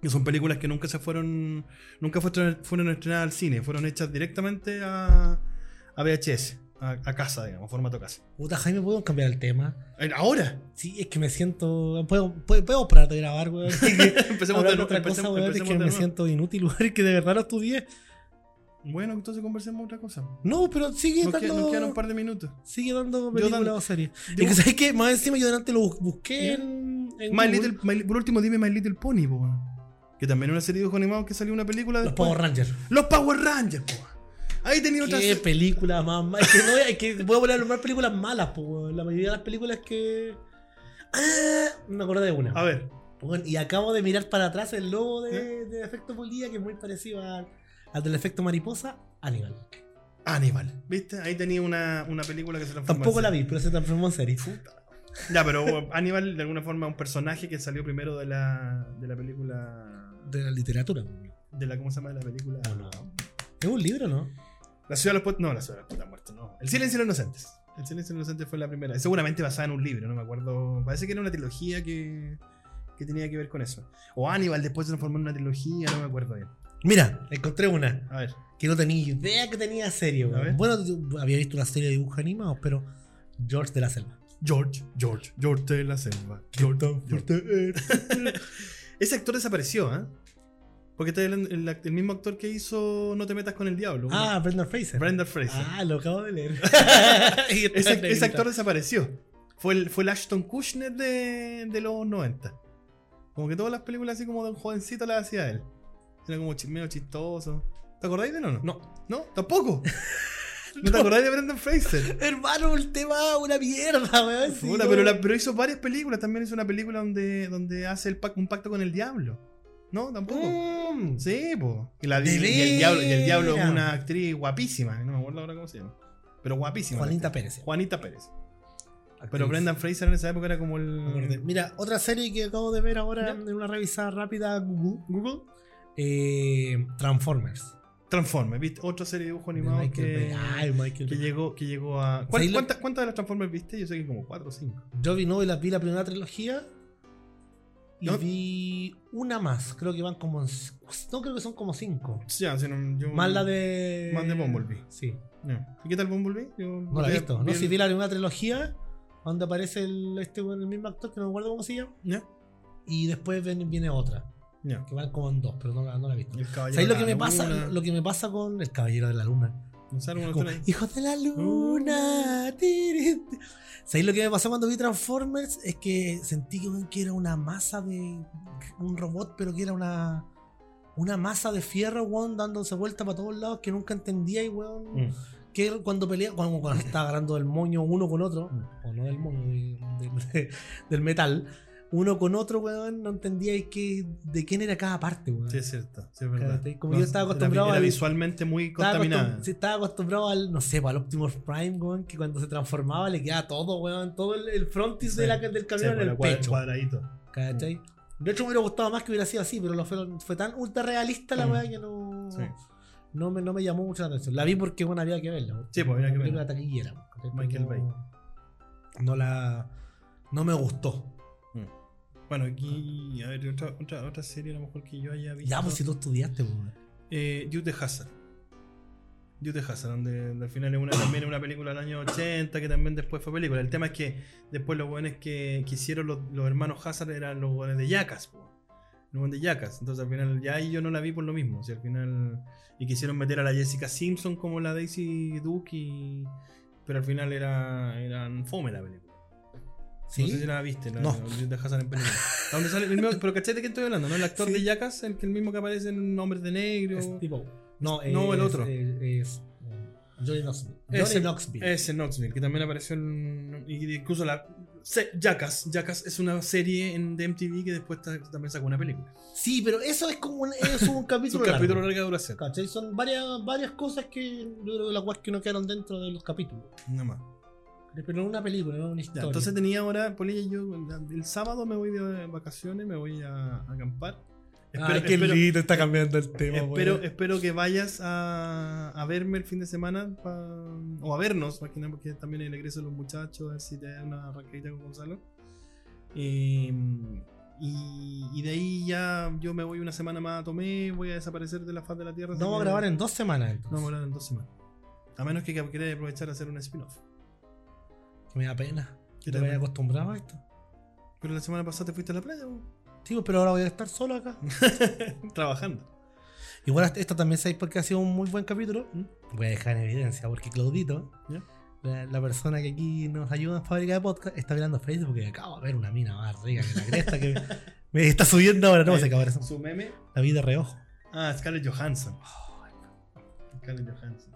A: Que son películas que nunca se fueron. Nunca fueron, fueron estrenadas al cine. Fueron hechas directamente a, a VHS. A, a casa, digamos, formato casa.
B: Puta, Jaime, ¿puedo cambiar el tema?
A: Eh,
B: <laughs>
A: Ahora. <laughs>
B: Sí, es que me siento. ¿Puedo, puedo, puedo parar de grabar,
A: <laughs>
B: weón?
A: Empecemos
B: Hablando de
A: nuevo,
B: otra cosa,
A: empecemos-
B: weón, es
A: empecemos
B: que
A: de
B: me
A: nuevo.
B: siento inútil, <laughs> weón, y que de verdad no estudié.
A: Bueno, entonces conversemos otra cosa. Nos,
B: No, pero sigue
A: que-
B: dando.
A: nos quedan un par de minutos.
B: Sigue dando
A: Yo
B: películas
A: dando-
B: o series.
A: Yo-
B: Es que, ¿sabes qué? Más encima yo delante lo bus-
A: Ya.
B: busqué en. en
A: My
B: Google.
A: Little- My- por último, dime My Little Pony, po, weón. Que también es una serie de dibujos animados que salió una película
B: Los
A: después.
B: Power Rangers.
A: Los Power Rangers, po. Ahí tenía otra
B: ¿Qué
A: serie.
B: película más mala? Es que no, es que voy a poner a nombrar películas malas, po, weón. La mayoría de las películas que. Ah, me acordé de una.
A: A ver,
B: Bueno, y acabo de mirar para atrás el logo de, de efecto polilla, que es muy parecido al, al del efecto mariposa, Animal.
A: Animal. ¿Viste? Ahí tenía una, una película que se transformó.
B: Tampoco
A: en
B: la
A: serie.
B: vi, pero se transformó en serie.
A: Ya, pero
B: <laughs>
A: weón, Animal, de alguna forma, es un personaje que salió primero de la, de la película.
B: De la literatura.
A: De la, ¿Cómo se llama? De la película.
B: ¿O no? Es un libro, ¿no?
A: La ciudad de los putos. No, la ciudad de los putos muertos, no. El silencio de los inocentes. El silencio de los inocentes fue la primera. Seguramente basada en un libro, no me acuerdo. Parece que era una trilogía que, que tenía que ver con eso. O Aníbal después se transformó en una trilogía, no me acuerdo bien.
B: Mira, encontré una
A: A ver.
B: que no tenía idea que tenía serie. weón.
A: A ver.
B: Bueno, yo había visto una serie de dibujos animados, pero George de la Selva.
A: George, George, George de la selva. George, George. <laughs> Ese actor desapareció, ¿eh? Porque está el, el act- el mismo actor que hizo No te metas con el diablo.
B: Ah, Brendan Fraser.
A: Brenda Fraser.
B: Ah, lo acabo
A: <laughs>
B: de leer. Y está
A: ese,
B: negrita.
A: ese actor desapareció. Fue el, fue el Ashton Kushner de, de los 90. Como que todas las películas así como de un jovencito las hacía él. Era como chi- medio chistoso. ¿Te acordáis de él o no?
B: No, <laughs>
A: ¿No? ¿Tampoco? ¿No te acordás de Brendan Fraser?
B: Hermano, el tema una mierda, weón. sí,
A: Puta,
B: no.
A: pero, la- pero hizo varias películas. También hizo una película donde, donde hace el pac- un pacto con el diablo. ¿No? Tampoco.
B: Mm.
A: Sí, po. Y, la- y
B: De
A: el diablo, y el diablo es
B: veras.
A: una actriz guapísima. No me acuerdo ahora cómo se llama. Pero guapísima.
B: Juanita Pérez.
A: Juanita Pérez. Pero
B: actriz.
A: Brendan Fraser en esa época era como el.
B: Me acordé. Mira, otra serie que acabo de ver ahora
A: Ya.
B: en una revisada rápida a Google.
A: Google.
B: eh, Transformers.
A: Transformers, ¿viste? Otra serie de dibujo
B: de
A: animado
B: Michael Bay.
A: que,
B: Ay, Michael
A: que
B: Bay.
A: llegó, que llegó a. ¿Cuál-
B: ¿Sabes lo-
A: cuántas, ¿Cuántas de las Transformers viste? Yo sé que como 4 o 5.
B: Yo vi Novelas, vi la primera trilogía. Y
A: ¿No?
B: vi una más. Creo que van como. en c- No, creo que son como cinco.
A: Ya, si no, yo.
B: Más la de.
A: más de Bumblebee.
B: Sí.
A: Ya. ¿Y qué tal Bumblebee? Yo
B: No la he
A: vi-
B: visto. No,
A: el-
B: si vi la primera trilogía. Donde aparece el, este, weón, el mismo actor que no me acuerdo cómo se llama.
A: Ya,
B: Y después ven- viene otra.
A: ya.
B: Que van como en dos, pero no, la- no la he visto.
A: El caballero
B: ¿Sabéis lo
A: de
B: que
A: la
B: me pasa?
A: luna.
B: Lo que me pasa con El Caballero de la Luna.
A: No sale una
B: Como,
A: historia ahí.
B: Hijos de la luna. tiri, ti". ¿Sabéis lo que me pasó cuando vi Transformers? Es que sentí que, weón, que era una masa de. un robot, pero que era una. Una masa de fierro, weón, dándose vuelta para todos lados que nunca entendía y weón.
A: Mm.
B: Que cuando pelea, cuando, <laughs> cuando estaba agarrando el moño uno con otro, Mm. o no del moño, de- del- <laughs> del metal, uno con otro, weón, no entendía y que, de quién era cada parte, weón.
A: Sí, es cierto. Sí, es verdad.
B: Cállate, como yo estaba
A: era-
B: acostumbrado
A: Era,
B: al-
A: visualmente muy
B: Estaba
A: contaminada.
B: acostum- sí, estaba acostumbrado al, no sé, al Optimus Prime, weón, que cuando se transformaba le quedaba todo, weón, todo el, el frontis
A: Sí.
B: de la- del
A: Sí,
B: camión
A: por la
B: en
A: Mm.
B: el
A: cuadra-
B: pecho.
A: Cuadradito.
B: ¿Cachai? De hecho, me hubiera gustado más que hubiera sido así, pero lo fue, fue tan ultra realista la
A: Mm.
B: weá que no,
A: Sí.
B: no, me, no me llamó mucho la atención. La vi porque, bueno, había que verla.
A: Sí, pues, había que verla.
B: La taquillera. weón, ¿cachai? Pero
A: Michael
B: no-
A: Bay.
B: No la. No me gustó.
A: Bueno, aquí. A ver, otra, otra, otra serie a lo mejor que yo haya visto.
B: Ya, pues si tú estudiaste, weón.
A: Eh, Dude Hazard. Dude Hazard, donde, donde al final es una, también es una película del año 80 que también después fue película. El tema es que después los buenos que, que hicieron los, los hermanos Hazard eran los buenos de Yacas. Los buenos de Yacas. Entonces al final ya ahí yo no la vi por lo mismo. O sea, al final. Y quisieron meter a la Jessica Simpson como la Daisy Duke y. Pero al final era, eran fome la película.
B: Sí.
A: No sé si la viste, la,
B: No.
A: la de Hazard en película. ¿A dónde sale el mismo- pero cachete de qué estoy hablando, ¿no? El actor
B: Sí.
A: de Yacas, el, que- el mismo que aparece en Hombres de Negro.
B: Es tipo. No,
A: No, el
B: es-
A: otro.
B: Es. es Johnny Knoxville.
A: Ese-
B: Johnny Knoxville.
A: Ese Knoxville, que también apareció en. y Incluso la. se- Jackass. Jackass es una serie en, de MTV que después ta- también sacó una película.
B: Sí, pero eso es como un, es un <laughs>
A: Es
B: capítulo.
A: un capítulo de
B: largo,
A: larga duración.
B: ¿cachai? Son varias, varias cosas que yo creo que las weas que no quedaron dentro de los capítulos.
A: Nada más.
B: Pero no una película, no una
A: Ya,
B: historia.
A: entonces tenía ahora. Polilla y yo. El sábado me voy de vacaciones, me voy a, a acampar. Espero,
B: Ay, qué
A: espero-
B: lindo está cambiando el tema.
A: Espero,
B: weón.
A: espero que vayas a, a verme el fin de semana pa- o a vernos, más que nada, porque también el egreso de los muchachos, a ver si te da una arrancadita con Gonzalo. Eh, y, y de ahí ya yo me voy una semana más a Tomé, voy a desaparecer de la faz de la tierra.
B: No
A: así
B: vamos a
A: que-
B: grabar en dos semanas.
A: No
B: Entonces.
A: vamos a grabar en dos semanas. A menos que quieras aprovechar a hacer un spin-off.
B: Que Me da pena.
A: ¿Qué te
B: Yo te había
A: pena?
B: acostumbrado a esto.
A: Pero la semana pasada te fuiste a la playa, bo.
B: Sí, pues, pero ahora voy a estar solo acá.
A: <laughs> trabajando.
B: Igual hasta- esta también sabéis porque ha sido un muy buen capítulo. ¿Mm? Voy a dejar en evidencia porque Claudito,
A: ¿Ya?
B: la, la persona que aquí nos ayuda en Fábrica de Podcast, está mirando Facebook y acabo de ver una mina más rica que la cresta
A: <laughs>
B: que me, me está subiendo ahora. No,
A: Eh,
B: se acabó eso.
A: Su meme.
B: La vida reojo.
A: Ah, Scarlett Johansson. Scarlett Johansson.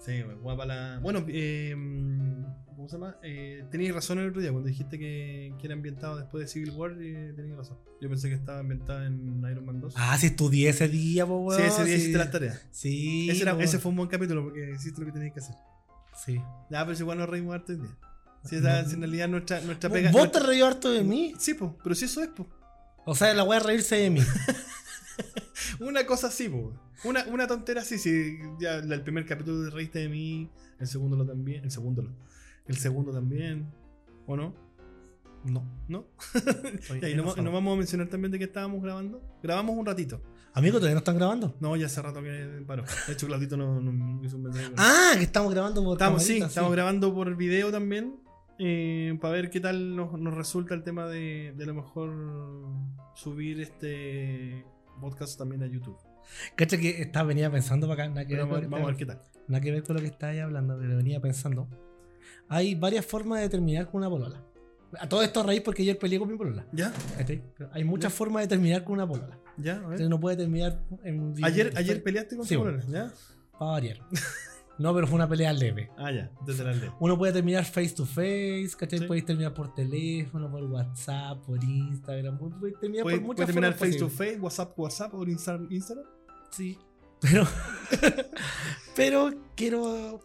A: Sí, güey, guapa la. Bueno, eh, ¿cómo se llama? Eh, tenías razón el otro día cuando dijiste que, que era ambientado después de Civil War. Eh, tenías razón. Yo pensé que estaba ambientada en Iron Man 2.
B: Ah, si estudié ese día, po, weón.
A: sí, ese día hiciste las tareas.
B: Sí.
A: Ese, era-
B: po.
A: ese fue un buen capítulo porque hiciste lo que tenías que hacer.
B: Sí.
A: Ya, pero si igual nos reímos harto hoy día. Sí, esa,
B: No.
A: en realidad nuestra, nuestra
B: ¿Vos-
A: pega.
B: ¿Vos te
A: nuestra-
B: reí harto de mí?
A: Sí, pues, pero si eso es, pues.
B: O sea, la voy a reírse
A: <laughs>
B: de mí.
A: Una cosa así, po. Una, una tontera así, sí. Ya la- el primer capítulo te reíste de mí. El segundo lo también. El segundo lo. El segundo también. ¿O no?
B: No.
A: ¿No?
B: soy
A: Ya, y no, va-
B: enojado.
A: no vamos a mencionar también de que estábamos grabando. Grabamos un ratito.
B: Amigo, todavía no están grabando.
A: No, ya hace rato que paró. De hecho, Claudito no, no hizo un mensaje.
B: Ah, que estamos grabando por.
A: estamos, sí,
B: camarita,
A: estamos grabando por video también. para ver qué tal nos, nos resulta el tema de, de a lo mejor subir este podcast también a YouTube.
B: Cacha que estaba, venía pensando para acá. nada que
A: Pero
B: ver con
A: vamos,
B: lo que
A: vamos a ver
B: estaba-
A: qué tal.
B: Nada que ver con lo que está ahí hablando, pero venía pensando. Hay varias formas de terminar con una polola. A todo esto a raíz porque ayer peleé con mi polola.
A: ¿Ya?
B: ¿cachai? Pero Hay muchas formas de terminar con una polola.
A: ¿Ya? A ver.
B: Entonces no puede terminar en.
A: Ayer, ayer peleaste con
B: Sí,
A: tu polola, ¿ya?
B: Para variar. <laughs> No, pero fue una pelea leve.
A: Ah, ya, desde la ley.
B: Uno puede terminar face to face, ¿cachai?
A: Sí.
B: Podéis terminar por teléfono, por WhatsApp, por Instagram. pu- Podéis terminar
A: Puede, puede
B: por pues, muchas
A: terminar
B: formas
A: face to
B: posibles.
A: face, WhatsApp, WhatsApp o Instagram. Instagram.
B: Sí. Pero. <laughs> pero quiero.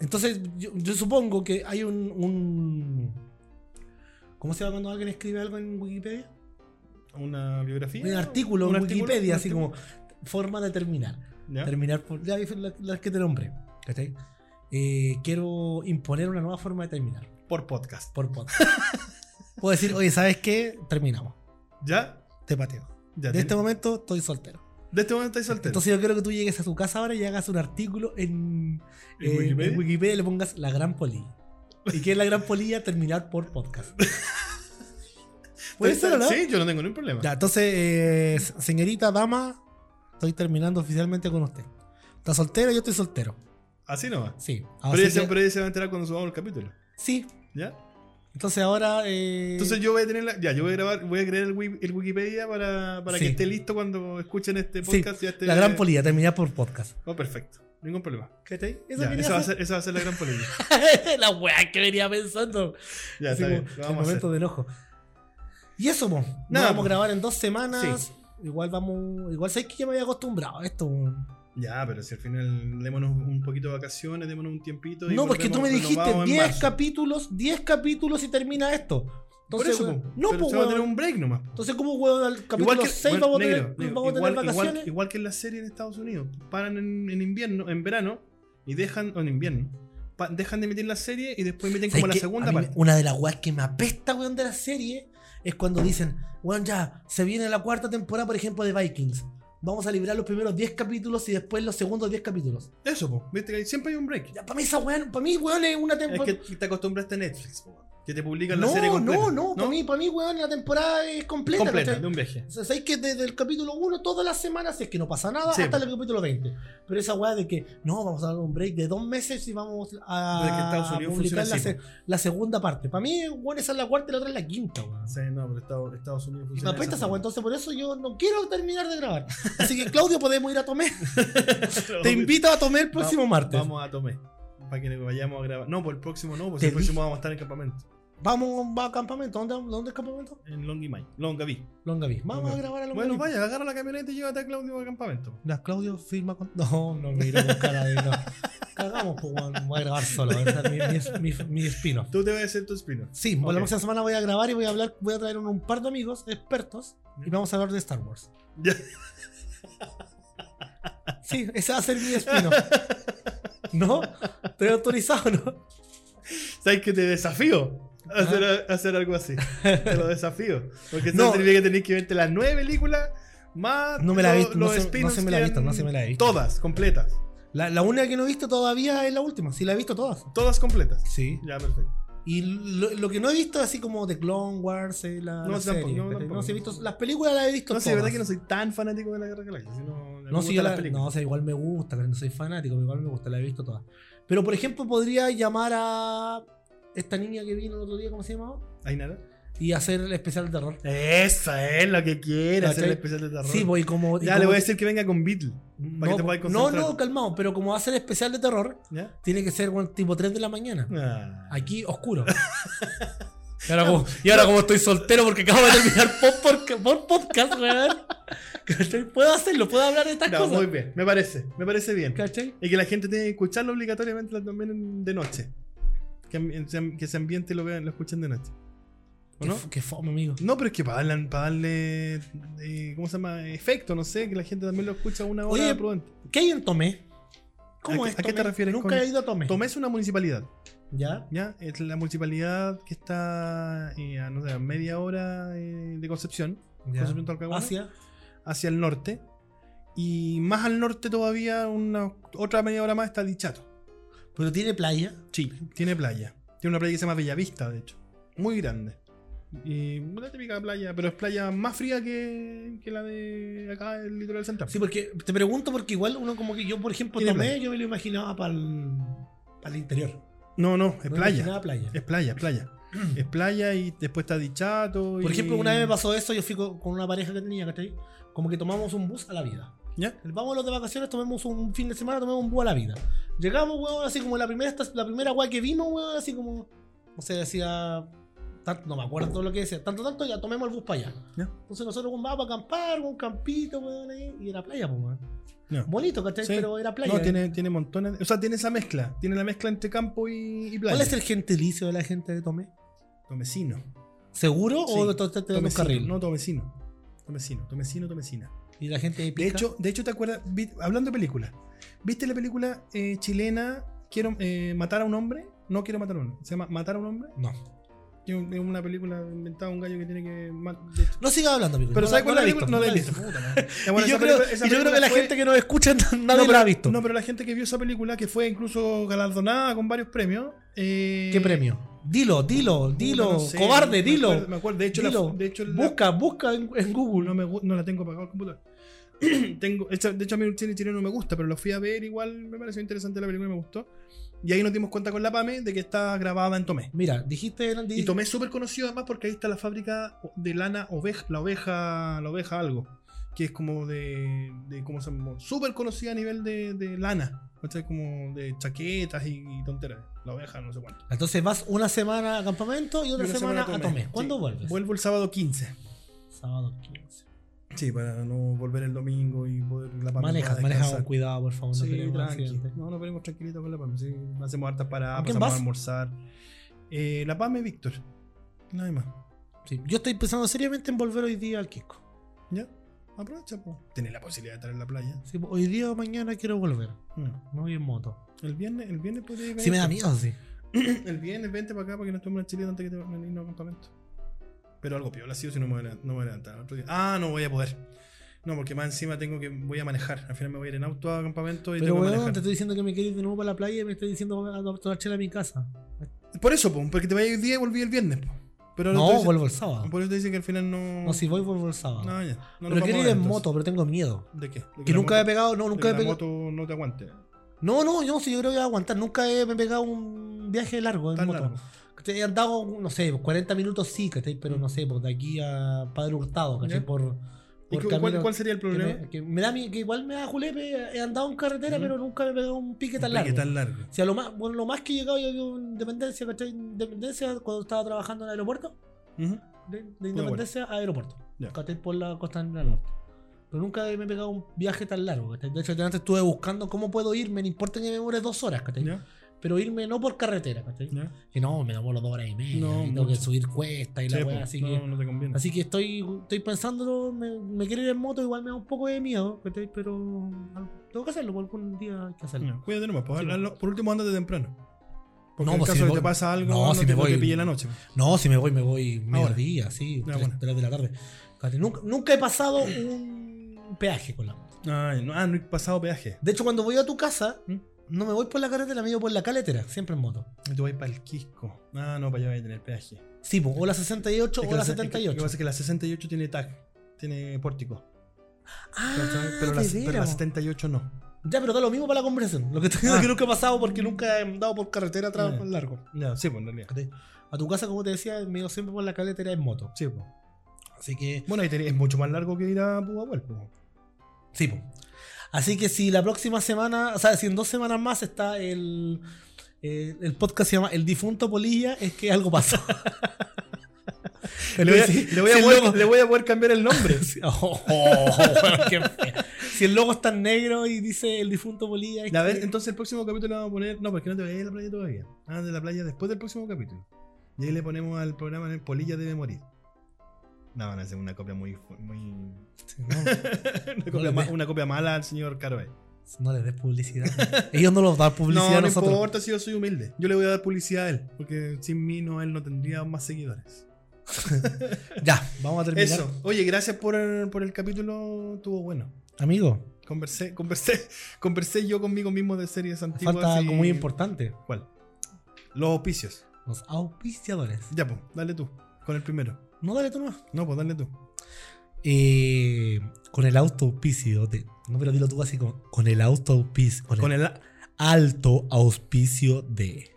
B: Entonces, yo, yo supongo que hay un, un- ¿Cómo se llama cuando alguien escribe algo en Wikipedia?
A: Una biografía.
B: Un artículo
A: un
B: en
A: artículo,
B: Wikipedia,
A: un
B: así
A: artículo.
B: como forma de terminar.
A: Ya.
B: Terminar por. ya, las las que te nombré. ¿Cachai? Eh, quiero imponer una nueva forma de terminar.
A: Por podcast.
B: por
A: <laughs>
B: podcast. Puedo decir, oye, ¿sabes qué? Terminamos.
A: ¿Ya?
B: Te pateo.
A: ya
B: De
A: tiene-
B: este momento estoy soltero.
A: de este momento estáis soltero.
B: Entonces yo quiero que tú llegues a tu casa ahora y hagas un artículo en,
A: ¿En
B: en- Eh, en
A: Wikipedia?
B: Wikipedia? y le pongas La Gran Polilla. ¿Y qué es La Gran Polilla? Terminar por
A: <laughs>
B: podcast. ¿Puede
A: ¿Está-
B: ser o no?
A: Sí, yo no tengo ningún problema.
B: Ya, entonces, eh, señorita, dama, estoy terminando oficialmente con usted. ¿Está soltera? Yo estoy soltero.
A: Así nomás.
B: Sí.
A: Pero
B: Así
A: ella, se-
B: que- Eh.
A: pero ella se va a enterar cuando subamos el capítulo.
B: Sí.
A: ¿Ya?
B: Entonces ahora... eh,
A: Entonces yo voy a tener la- Ya, yo voy a grabar, voy a crear el, wi- el Wikipedia para, para que
B: Sí.
A: esté listo cuando escuchen este
B: Sí,
A: podcast. ya esté-
B: La Gran Polilla, terminar por podcast.
A: Oh, perfecto. Ningún problema.
B: ¿Cachai? Eso
A: Ya,
B: quería
A: esa, va a
B: hacer.
A: ser, esa va a ser la gran polilla.
B: <laughs> la weá que venía pensando.
A: Ya,
B: Así
A: está bien. Lo
B: como, el
A: vamos a hacer.
B: momento de enojo. Y eso, mo.
A: Nada,
B: Nada,
A: po.
B: vamos a grabar en dos semanas.
A: Sí.
B: Igual vamos. Igual sé que ya me había acostumbrado a esto. mo.
A: Ya, pero si al final démonos un poquito de vacaciones, démonos un tiempito. y
B: No, porque tú me
A: volvemos
B: dijiste
A: renovados en
B: 10
A: marzo.
B: capítulos, 10 capítulos y termina esto.
A: Por
B: Entonces,
A: eso,
B: weón,
A: po.
B: no,
A: Pero
B: pues,
A: se va a tener
B: weón.
A: un break nomás. po.
B: Entonces, ¿cómo, weón, al capítulo 6
A: bueno,
B: vamos a tener,
A: negro, negro,
B: vamos a tener
A: igual, igual-
B: vacaciones?
A: igual que en las series en Estados Unidos. Paran en, en invierno, en verano, y dejan, o en invierno, pa- dejan de emitir la serie y después emiten
B: ¿Sabes
A: como la
B: qué? A
A: segunda
B: mí me-
A: parte.
B: Una de las weas que me apesta, weón, de la serie es cuando dicen, weón, ya, se viene la cuarta temporada, por ejemplo, de Vikings. Vamos a liberar los primeros 10 capítulos y después los segundos 10 capítulos.
A: Eso, po. viste que siempre hay un break.
B: Ya, para mí, esa weón, para mí, weón, es una
A: Es
B: temporada.
A: que te acostumbraste a este Netflix, po, que te publican la
B: No,
A: serie
B: no,
A: completa.
B: no, para mí, para mí, weón, la temporada es completa.
A: completa,
B: ¿cachai?
A: de un viaje.
B: O sea, sabéis que desde el capítulo 1, todas las semanas, si es que no pasa nada,
A: Sí,
B: hasta
A: po.
B: el capítulo 20. Pero esa weá de que no, vamos a dar un break de dos meses y vamos
A: Desde que Estados
B: a
A: Unidos funciona
B: publicar la,
A: así,
B: se- la segunda parte. Para mí, bueno, esa es la cuarta y la otra es la quinta, weón.
A: Sí, no, pero Estados, Estados Unidos
B: Y
A: funciona
B: me
A: de esa
B: apesta esa weá,
A: forma.
B: entonces por eso yo no quiero terminar de grabar. Así
A: <laughs>
B: que, Claudio, podemos ir a Tomé. Te invito a Tomé el próximo martes. Vamos,
A: Vamos a Tomé. Para que vayamos a grabar. No, por el próximo no, porque
B: Te
A: el próximo vamos a estar en campamento.
B: va a campamento. ¿Dónde, dónde es campamento?
A: En Longuimay. Longaví.
B: Longaví. Vamos
A: Longaví.
B: a grabar a Longaví.
A: Bueno, vaya, agarra la camioneta y llévate a Claudio al campamento.
B: Ya, Claudio firma con. No, no me iré con cara de. No. Cagamos, pues, weón. Voy a grabar solo. ¿verdad? Mi, mi, mi, mi spin-off.
A: Tú te vas a hacer tu spin-off.
B: Sí, bueno,
A: Ok.
B: la próxima semana voy a grabar y voy a hablar, voy a traer un, un par de amigos expertos y vamos a hablar de Star Wars.
A: Ya.
B: Sí, ese va a ser mi destino. ¿No? Estoy autorizado, ¿no?
A: ¿Sabes que te desafío? a Hacer, a hacer algo así. Te lo desafío. Porque eso
B: <laughs> No.
A: significa que tenés que verte las nueve películas más
B: No me la he
A: lo-
B: visto, no
A: los
B: se- no
A: spin-offs
B: se me la he
A: que
B: visto,
A: han-
B: no se me la he visto.
A: Todas, completas.
B: La, la única que no he visto todavía es la última. Sí, la he visto todas.
A: Todas completas.
B: Sí.
A: Ya, perfecto.
B: Y lo, lo que no he visto es así como The Clone Wars, eh, la,
A: No,
B: la
A: tampoco,
B: serie,
A: no,
B: ¿cachai?
A: tampoco.
B: No sé, he visto. Las películas las he visto
A: No
B: todas.
A: sé, de verdad que no soy tan fanático de la Guerra de Galaxias. sino me
B: No, sí,
A: gustan
B: yo
A: las
B: la-
A: películas.
B: no, o sea, igual me gusta, pero no soy fanático, pero igual me gusta, la he visto todas. Pero por ejemplo, podría llamar a esta niña que vino el otro día, ¿cómo se llamaba?
A: ¿Hay nada?
B: Y hacer el especial de terror.
A: Esa es lo que quiere hacer el
B: ¿Cachai?
A: especial de terror.
B: Sí, voy como. y
A: ya
B: como-
A: le voy a decir que venga con Beatle.
B: No,
A: para que te podáis
B: no,
A: concentrar.
B: no, calmado, pero como va a ser especial de terror,
A: ¿Ya?
B: tiene que ser bueno, tipo 3 de la mañana.
A: Ah.
B: Aquí
A: <laughs>
B: oscuro. Y ahora, como, y ahora como estoy soltero porque acabo de terminar <laughs> por, por, por podcast,
A: <laughs>
B: weón. ¿Cachai? Puedo hacerlo, puedo hablar de estas
A: No,
B: cosas.
A: muy bien, me parece, me parece bien.
B: ¿Cachai?
A: Y que la gente tiene que escucharlo obligatoriamente también en- de noche. Que, ambi- se- que se ambiente y lo vean, lo escuchen de noche. ¿O
B: Qué,
A: no?
B: f- qué fome, amigo.
A: No, pero es que para darle, para darle eh, ¿cómo se llama? Efecto, no sé, que la gente también lo escucha a una hora
B: Oye,
A: prudente.
B: ¿Qué hay en Tomé? ¿Cómo
A: ¿A qué-
B: es
A: a qué te
B: Tomé?
A: refieres
B: Nunca
A: con-
B: he ido a Tomé.
A: Tomé es una municipalidad,
B: ¿Ya?
A: ¿ya? Es la municipalidad que está eh, a, no sé, a media hora eh, de Concepción, Concepción Talcahuano.
B: Asia.
A: hacia el norte. Y más al norte todavía, una, otra media hora más está Dichato.
B: Pero tiene playa.
A: Sí, tiene playa. Tiene una playa que se llama Bellavista, de hecho. Muy grande. Y una típica playa, pero es playa más fría que, que la de acá del litoral central.
B: Sí, porque te pregunto porque igual uno como que yo, por ejemplo,
A: Tiene
B: Tomé,
A: playa.
B: yo me lo imaginaba para el, interior.
A: No, no, es
B: No me
A: playa.
B: imaginaba playa. Eh, <clears throat>
A: Es playa, es playa. Es playa y después está Dichato.
B: Por
A: y-
B: ejemplo, una vez me pasó eso, yo fui co- con una pareja que tenía, ¿cachai? Como que tomamos un bus a la vida.
A: ¿Ya?
B: Vámonos de vacaciones, tomemos un fin de semana, tomemos un búho a la vida. Llegamos, weón, así como la primera, esta- la primera weá que vimos, weón, así como. O sea, decía. tan- no me acuerdo lo que decía. Tanto, tanto, ya tomemos el bus para allá.
A: Ya.
B: Entonces nosotros weón, vamos a acampar, un campito, weón, ahí, y era playa, pues, weón.
A: Ya.
B: Bonito, ¿cachai?
A: Sí.
B: Pero era playa. ¿eh?
A: No, tiene, tiene montones. de- o sea, tiene esa mezcla. Tiene la mezcla entre campo y, y playa.
B: ¿Cuál es el gentilicio de la gente de Tomé?
A: Tomecino.
B: ¿Seguro
A: Sí.
B: o te- te- te dan un
A: Tomecino,
B: carril?
A: No, tomecino. Tomecino, tomecino, tomecina.
B: Y la gente de
A: De
B: Pica?
A: hecho, de hecho, ¿te acuerdas? Vi- hablando de películas. ¿Viste la película eh, chilena Quiero eh, matar a un hombre? No quiero matar a un hombre. Se llama Matar a un hombre.
B: No.
A: Que un- Es una película inventada un gallo que tiene que... ma-
B: No sigas hablando, amigo.
A: Pero
B: no,
A: ¿sabes
B: la-
A: cuál
B: no la he
A: es la película?
B: visto,
A: No la he
B: he
A: visto.
B: Puta, no.
A: Ya, bueno,
B: <laughs> y yo,
A: esa
B: creo,
A: película- esa
B: y yo creo
A: película
B: que la
A: fue-
B: gente que nos escucha <laughs> nadie
A: no, pero-
B: la ha visto.
A: No, pero la gente que vio esa película, que fue incluso galardonada con varios premios. eh,
B: ¿Qué premio? Dilo, dilo,
A: puta,
B: dilo.
A: no sé,
B: cobarde,
A: me
B: dilo.
A: acuerdo- me acuerdo. De hecho, la-
B: Dilo.
A: de hecho la-
B: busca, busca en, en Google.
A: no, me, gu- no la tengo apagada el computador. <clears throat> tengo, esta- de hecho, a mí Cine Chileno no me gusta, pero lo fui a ver igual. Me pareció interesante la película y me gustó. Y ahí nos dimos cuenta con la PAME de que está grabada en Tomé.
B: Mira, dijiste Andy,
A: Y Tomé es súper conocido además porque ahí está la fábrica de lana oveja, la oveja, la oveja algo, que es como de, de ¿cómo se llama? Súper conocida a nivel de, de lana, o sea, como de chaquetas y, y tonteras, la oveja no sé cuánto.
B: Entonces vas una semana a campamento y otra
A: Y una
B: semana, a Tomé.
A: Sí.
B: ¿Cuándo vuelves?
A: Vuelvo el sábado 15.
B: Sábado 15.
A: Sí, para no volver el domingo y poder la PAME
B: Maneja,
A: pueda
B: maneja
A: descansar.
B: con cuidado, por favor. No
A: Sí,
B: queremos
A: tranqui.
B: accidentes.
A: No, nos venimos tranquilitos con la PAME. Sí, hacemos hartas paradas,
B: ¿Con quién
A: pasamos a
B: vas?
A: almorzar. Eh, la PAME, Víctor. Nada más.
B: Sí, Yo estoy pensando seriamente en volver hoy día al Quisco.
A: ¿Ya? Aprovecha, pues. Tienes la posibilidad de estar en la playa.
B: Sí, hoy día o mañana quiero volver.
A: Mm.
B: No voy en moto.
A: El viernes, el viernes podría ir.
B: Sí, me da miedo, sí.
A: <clears throat> El viernes vente para acá para que nos tomemos una chilena antes que te vayan a ir a un campamento. Pero algo piola, sí o si no me voy a, no me voy a levantar. al otro día. Ah, no voy a poder. No, porque más encima tengo que voy a manejar. Al final me voy a ir en auto a campamento y
B: Pero
A: tengo que
B: weón,
A: manejar.
B: te estoy diciendo que me quiero ir de nuevo para la playa y me estoy diciendo a a tomar chela a mi casa.
A: Por eso, po, porque te vayas el día y volví el viernes. po. Pero ahora
B: no,
A: te dicen-
B: vuelvo el sábado.
A: Por eso te dicen que al final no.
B: No, si voy, vuelvo el sábado.
A: No, ya. No nos
B: pero
A: vamos a
B: quiero ir
A: ver,
B: en
A: entonces.
B: moto, pero tengo miedo.
A: ¿De qué? ¿De
B: Que
A: la
B: nunca
A: moto-
B: he pegado, no,
A: de
B: nunca
A: que
B: he
A: la
B: pegado.
A: moto no te aguante.
B: No, no, yo, sí, yo creo que voy a aguantar. Nunca he, me he pegado un viaje largo en
A: Tan
B: moto.
A: largo.
B: ¿Cachai? He andado, no sé, 40 minutos sí, ¿cachai? Pero no sé, por de aquí a Padre Hurtado, ¿cachai?
A: Mm. Ya.
B: Por,
A: ¿Y
B: por
A: cu- cuál,
B: caminos
A: cuál sería el
B: que,
A: problema?
B: me, que me da mi- que igual me da julepe, he andado en carretera,
A: Ujú.
B: pero nunca me he pegado un pique tan
A: Oye,
B: largo.
A: ¿Qué tan largo?
B: Si a lo más, bueno, lo más que he llegado yo vivo en Independencia, ¿cachai? Independencia, cuando estaba trabajando en el aeropuerto,
A: Ujú.
B: de, de Independencia a aeropuerto.
A: Ya.
B: ¿Cachai? Por la costa del norte. Pero nunca me he pegado un viaje tan largo, ¿cachai? De hecho, antes estuve buscando cómo puedo irme, no importa que me demore dos horas, ¿cachai?
A: ¿Ya?
B: Pero irme no por carretera, ¿cachai?
A: ¿Ya?
B: Que no, me demoro dos horas y media,
A: No,
B: y tengo que
A: mucho.
B: subir cuesta y
A: Sí,
B: la
A: po,
B: weá, así
A: pues, no,
B: que.
A: no te conviene.
B: Así que estoy, estoy pensándolo, me, me quiero ir en moto, igual me da un poco de miedo, ¿cachai? Pero al- tengo que hacerlo, algún día hay que hacerlo.
A: No, cuídate nomás, pues,
B: Sí,
A: hazlo- por último andate temprano. Porque
B: No,
A: en
B: pues,
A: caso
B: si
A: de
B: voy-
A: que te pasa algo,
B: no,
A: no,
B: si
A: te,
B: me
A: no te
B: voy-
A: pille la noche.
B: No, si me voy, me voy mediodía, sí,
A: Ya,
B: tres,
A: Ah, bueno.
B: tres de la tarde. Cate, Nunca, nunca he pasado un peaje con la moto.
A: Ay, no, ah, no he pasado peaje.
B: De hecho, cuando voy a tu casa,
A: ¿Mm?
B: no me voy por la carretera, me voy por la caletera, siempre en moto.
A: Y tú vas para el Quisco. Ah, no, para allá vas a tener peaje.
B: Sí, po, o la 68
A: Es que
B: o la
A: se- es que- Lo que
B: 78.
A: pasa es que la 68 tiene tag, tiene pórtico.
B: Ah,
A: pero, la,
B: de
A: pero la
B: veras.
A: 78 no.
B: Ya, pero da lo mismo para la conversación. Lo que estoy diciendo
A: Ah.
B: es que nunca he pasado porque nunca he andado por carretera atrás
A: Ya.
B: largo.
A: Ya, sí, pues en realidad.
B: Cate, A tu casa, como te decía, me iba siempre por la caletera en moto.
A: Sí, pues.
B: Así que,
A: Bueno, ahí tenés- es mucho más largo que ir a Pugahuel, pues.
B: sí, po. Así que si la próxima semana, o sea, si en dos semanas más está el, eh, el podcast se llama El difunto Polilla, es que algo pasa.
A: <laughs>
B: <laughs>
A: Le voy, a,
B: Si-
A: le voy a
B: si el
A: poder,
B: logo-
A: le voy a poder cambiar el
B: <laughs>
A: nombre.
B: si- oh, oh, bueno, qué feo. Si el logo está en negro y dice El difunto Polilla, es
A: La
B: que-
A: vez- entonces el próximo capítulo le vamos a poner. No, porque no te vayas a la playa todavía. Ah, de la playa después del próximo capítulo. Y ahí le ponemos al programa en Polilla debe morir. No, van a hacer una copia muy. fu- muy <laughs> una,
B: no, No
A: copia
B: le
A: ma-
B: des.
A: una copia mala al señor Carvey.
B: no les des publicidad. Ellos no los dan publicidad
A: No,
B: a
A: no
B: nosotros.
A: importa si yo soy humilde. Yo le voy a dar publicidad a él. Porque sin mí no, él no tendría más seguidores.
B: Ya, vamos a terminar.
A: Eso. Oye, gracias por el, por el capítulo. Estuvo bueno.
B: Amigo,
A: Conversé, conversé, <laughs> conversé yo conmigo mismo de series antiguas.
B: falta algo
A: y-
B: muy importante.
A: ¿Cuál? Los auspicios.
B: Los auspiciadores.
A: Ya, pues, dale tú. Con el primero.
B: No, dale tú nomás.
A: No, pues dale tú.
B: Eh, con el autoauspicio de. No, pero dilo tú así como. Con el autoauspicio. Con,
A: Con
B: el,
A: el
B: alto auspicio de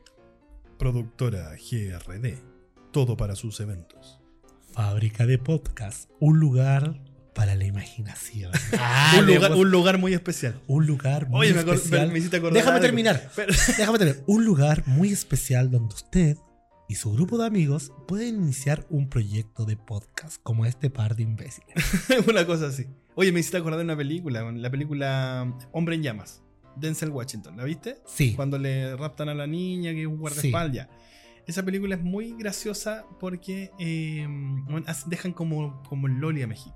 A: productora GRD. Todo para sus eventos.
B: Fábrica de Podcast. Un lugar para
A: <laughs>
B: la imaginación.
A: un, lugar,
B: un,
A: un lugar muy especial.
B: un lugar Ah, muy
A: Ah, Oye, me, acor-
B: especial.
A: me hiciste acordar.
B: Déjame
A: algo.
B: terminar.
A: Pero-
B: Déjame tener un lugar muy especial donde usted y su grupo de amigos pueden iniciar un proyecto de podcast como este par de imbéciles.
A: <laughs> una cosa así. Oye, me hiciste acordar de una película, la película um, Hombre en Llamas, Denzel Washington. ¿La viste?
B: Sí.
A: Cuando le raptan a la niña, que es un guardaespaldas. Esa película es muy graciosa porque eh, bueno, as- dejan como, como el Loli a México.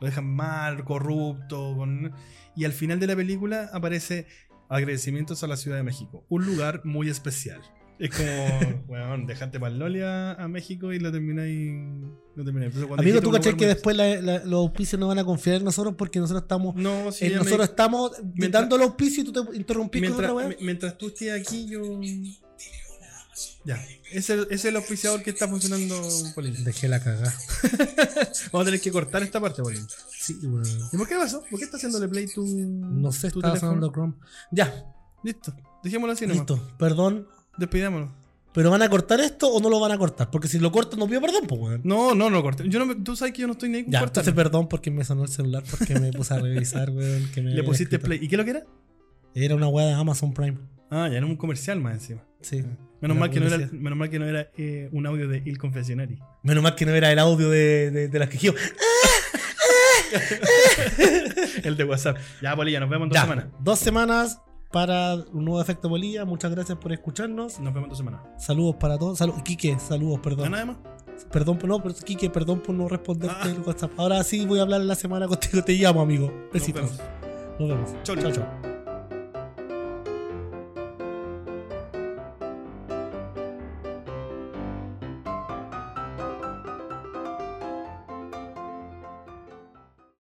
A: Lo dejan mal, corrupto. con- Y al final de la película aparece agradecimientos a la Ciudad de México. Un lugar muy especial. Es
B: <laughs>
A: como, weón, dejate para el Loli a, a México y lo termináis. Lo termináis. Pero cuando dijiste
B: Amigo, tú
A: un lugar
B: cachai que
A: muy-
B: después la- la- los auspicios no van a confiar en nosotros porque nosotros estamos.
A: No, sí,
B: eh,
A: ya me-
B: nosotros estamos
A: Mientras-
B: dando el auspicio y tú te interrumpís
A: mientras,
B: con otra weá.
A: mi- mientras tú estés aquí, yo. Ya, es el, es el auspiciador que está funcionando, Polín.
B: Dejé la cagada.
A: Vamos a tener que cortar esta parte, Polín.
B: Sí, weón.
A: ¿Y por qué pasó? ¿Por qué está haciéndole play tu.
B: No sé,
A: tu
B: estaba
A: teléfono?
B: sonando Chrome. Ya,
A: Listo, dejémoslo así nomás.
B: listo. Perdón.
A: Despidámonos.
B: ¿Pero van a cortar esto o no lo van a cortar? Porque si lo cortan, no pido perdón, pues, weón.
A: No, no, no corté. Yo no me- tú sabes que yo no estoy ni ahí con
B: Ya,
A: cortar.
B: entonces perdón porque me sonó el celular porque me puse a revisar, weón. que me
A: Le
B: habían
A: pusiste
B: eh, escrito.
A: play. ¿Y qué lo que era?
B: Era una weá de Amazon Prime.
A: Ah, ya era un comercial más encima.
B: Sí.
A: Menos,
B: Era
A: mal que, no era,
B: publicidad.
A: menos mal que no era eh, un audio de Il Confessionari.
B: Menos mal que no era el audio de, de, de las que yo.
A: <laughs> El de WhatsApp. Ya, Polilla, nos vemos en dos
B: Ya,
A: semanas.
B: Dos semanas para un nuevo efecto bolilla. Muchas gracias por escucharnos.
A: Nos vemos en dos semanas.
B: Saludos para todos. Saludos, Quique,
A: ¿No
B: saludos,
A: hay
B: perdón.
A: nada más?
B: Perdón por no, pero Quique, perdón por no responderte
A: Ah.
B: el WhatsApp. Ahora sí voy a hablar en la semana contigo. Te llamo, amigo.
A: Nos
B: Besitos.
A: vemos.
B: Nos vemos.
A: Chau.
B: chao. chao.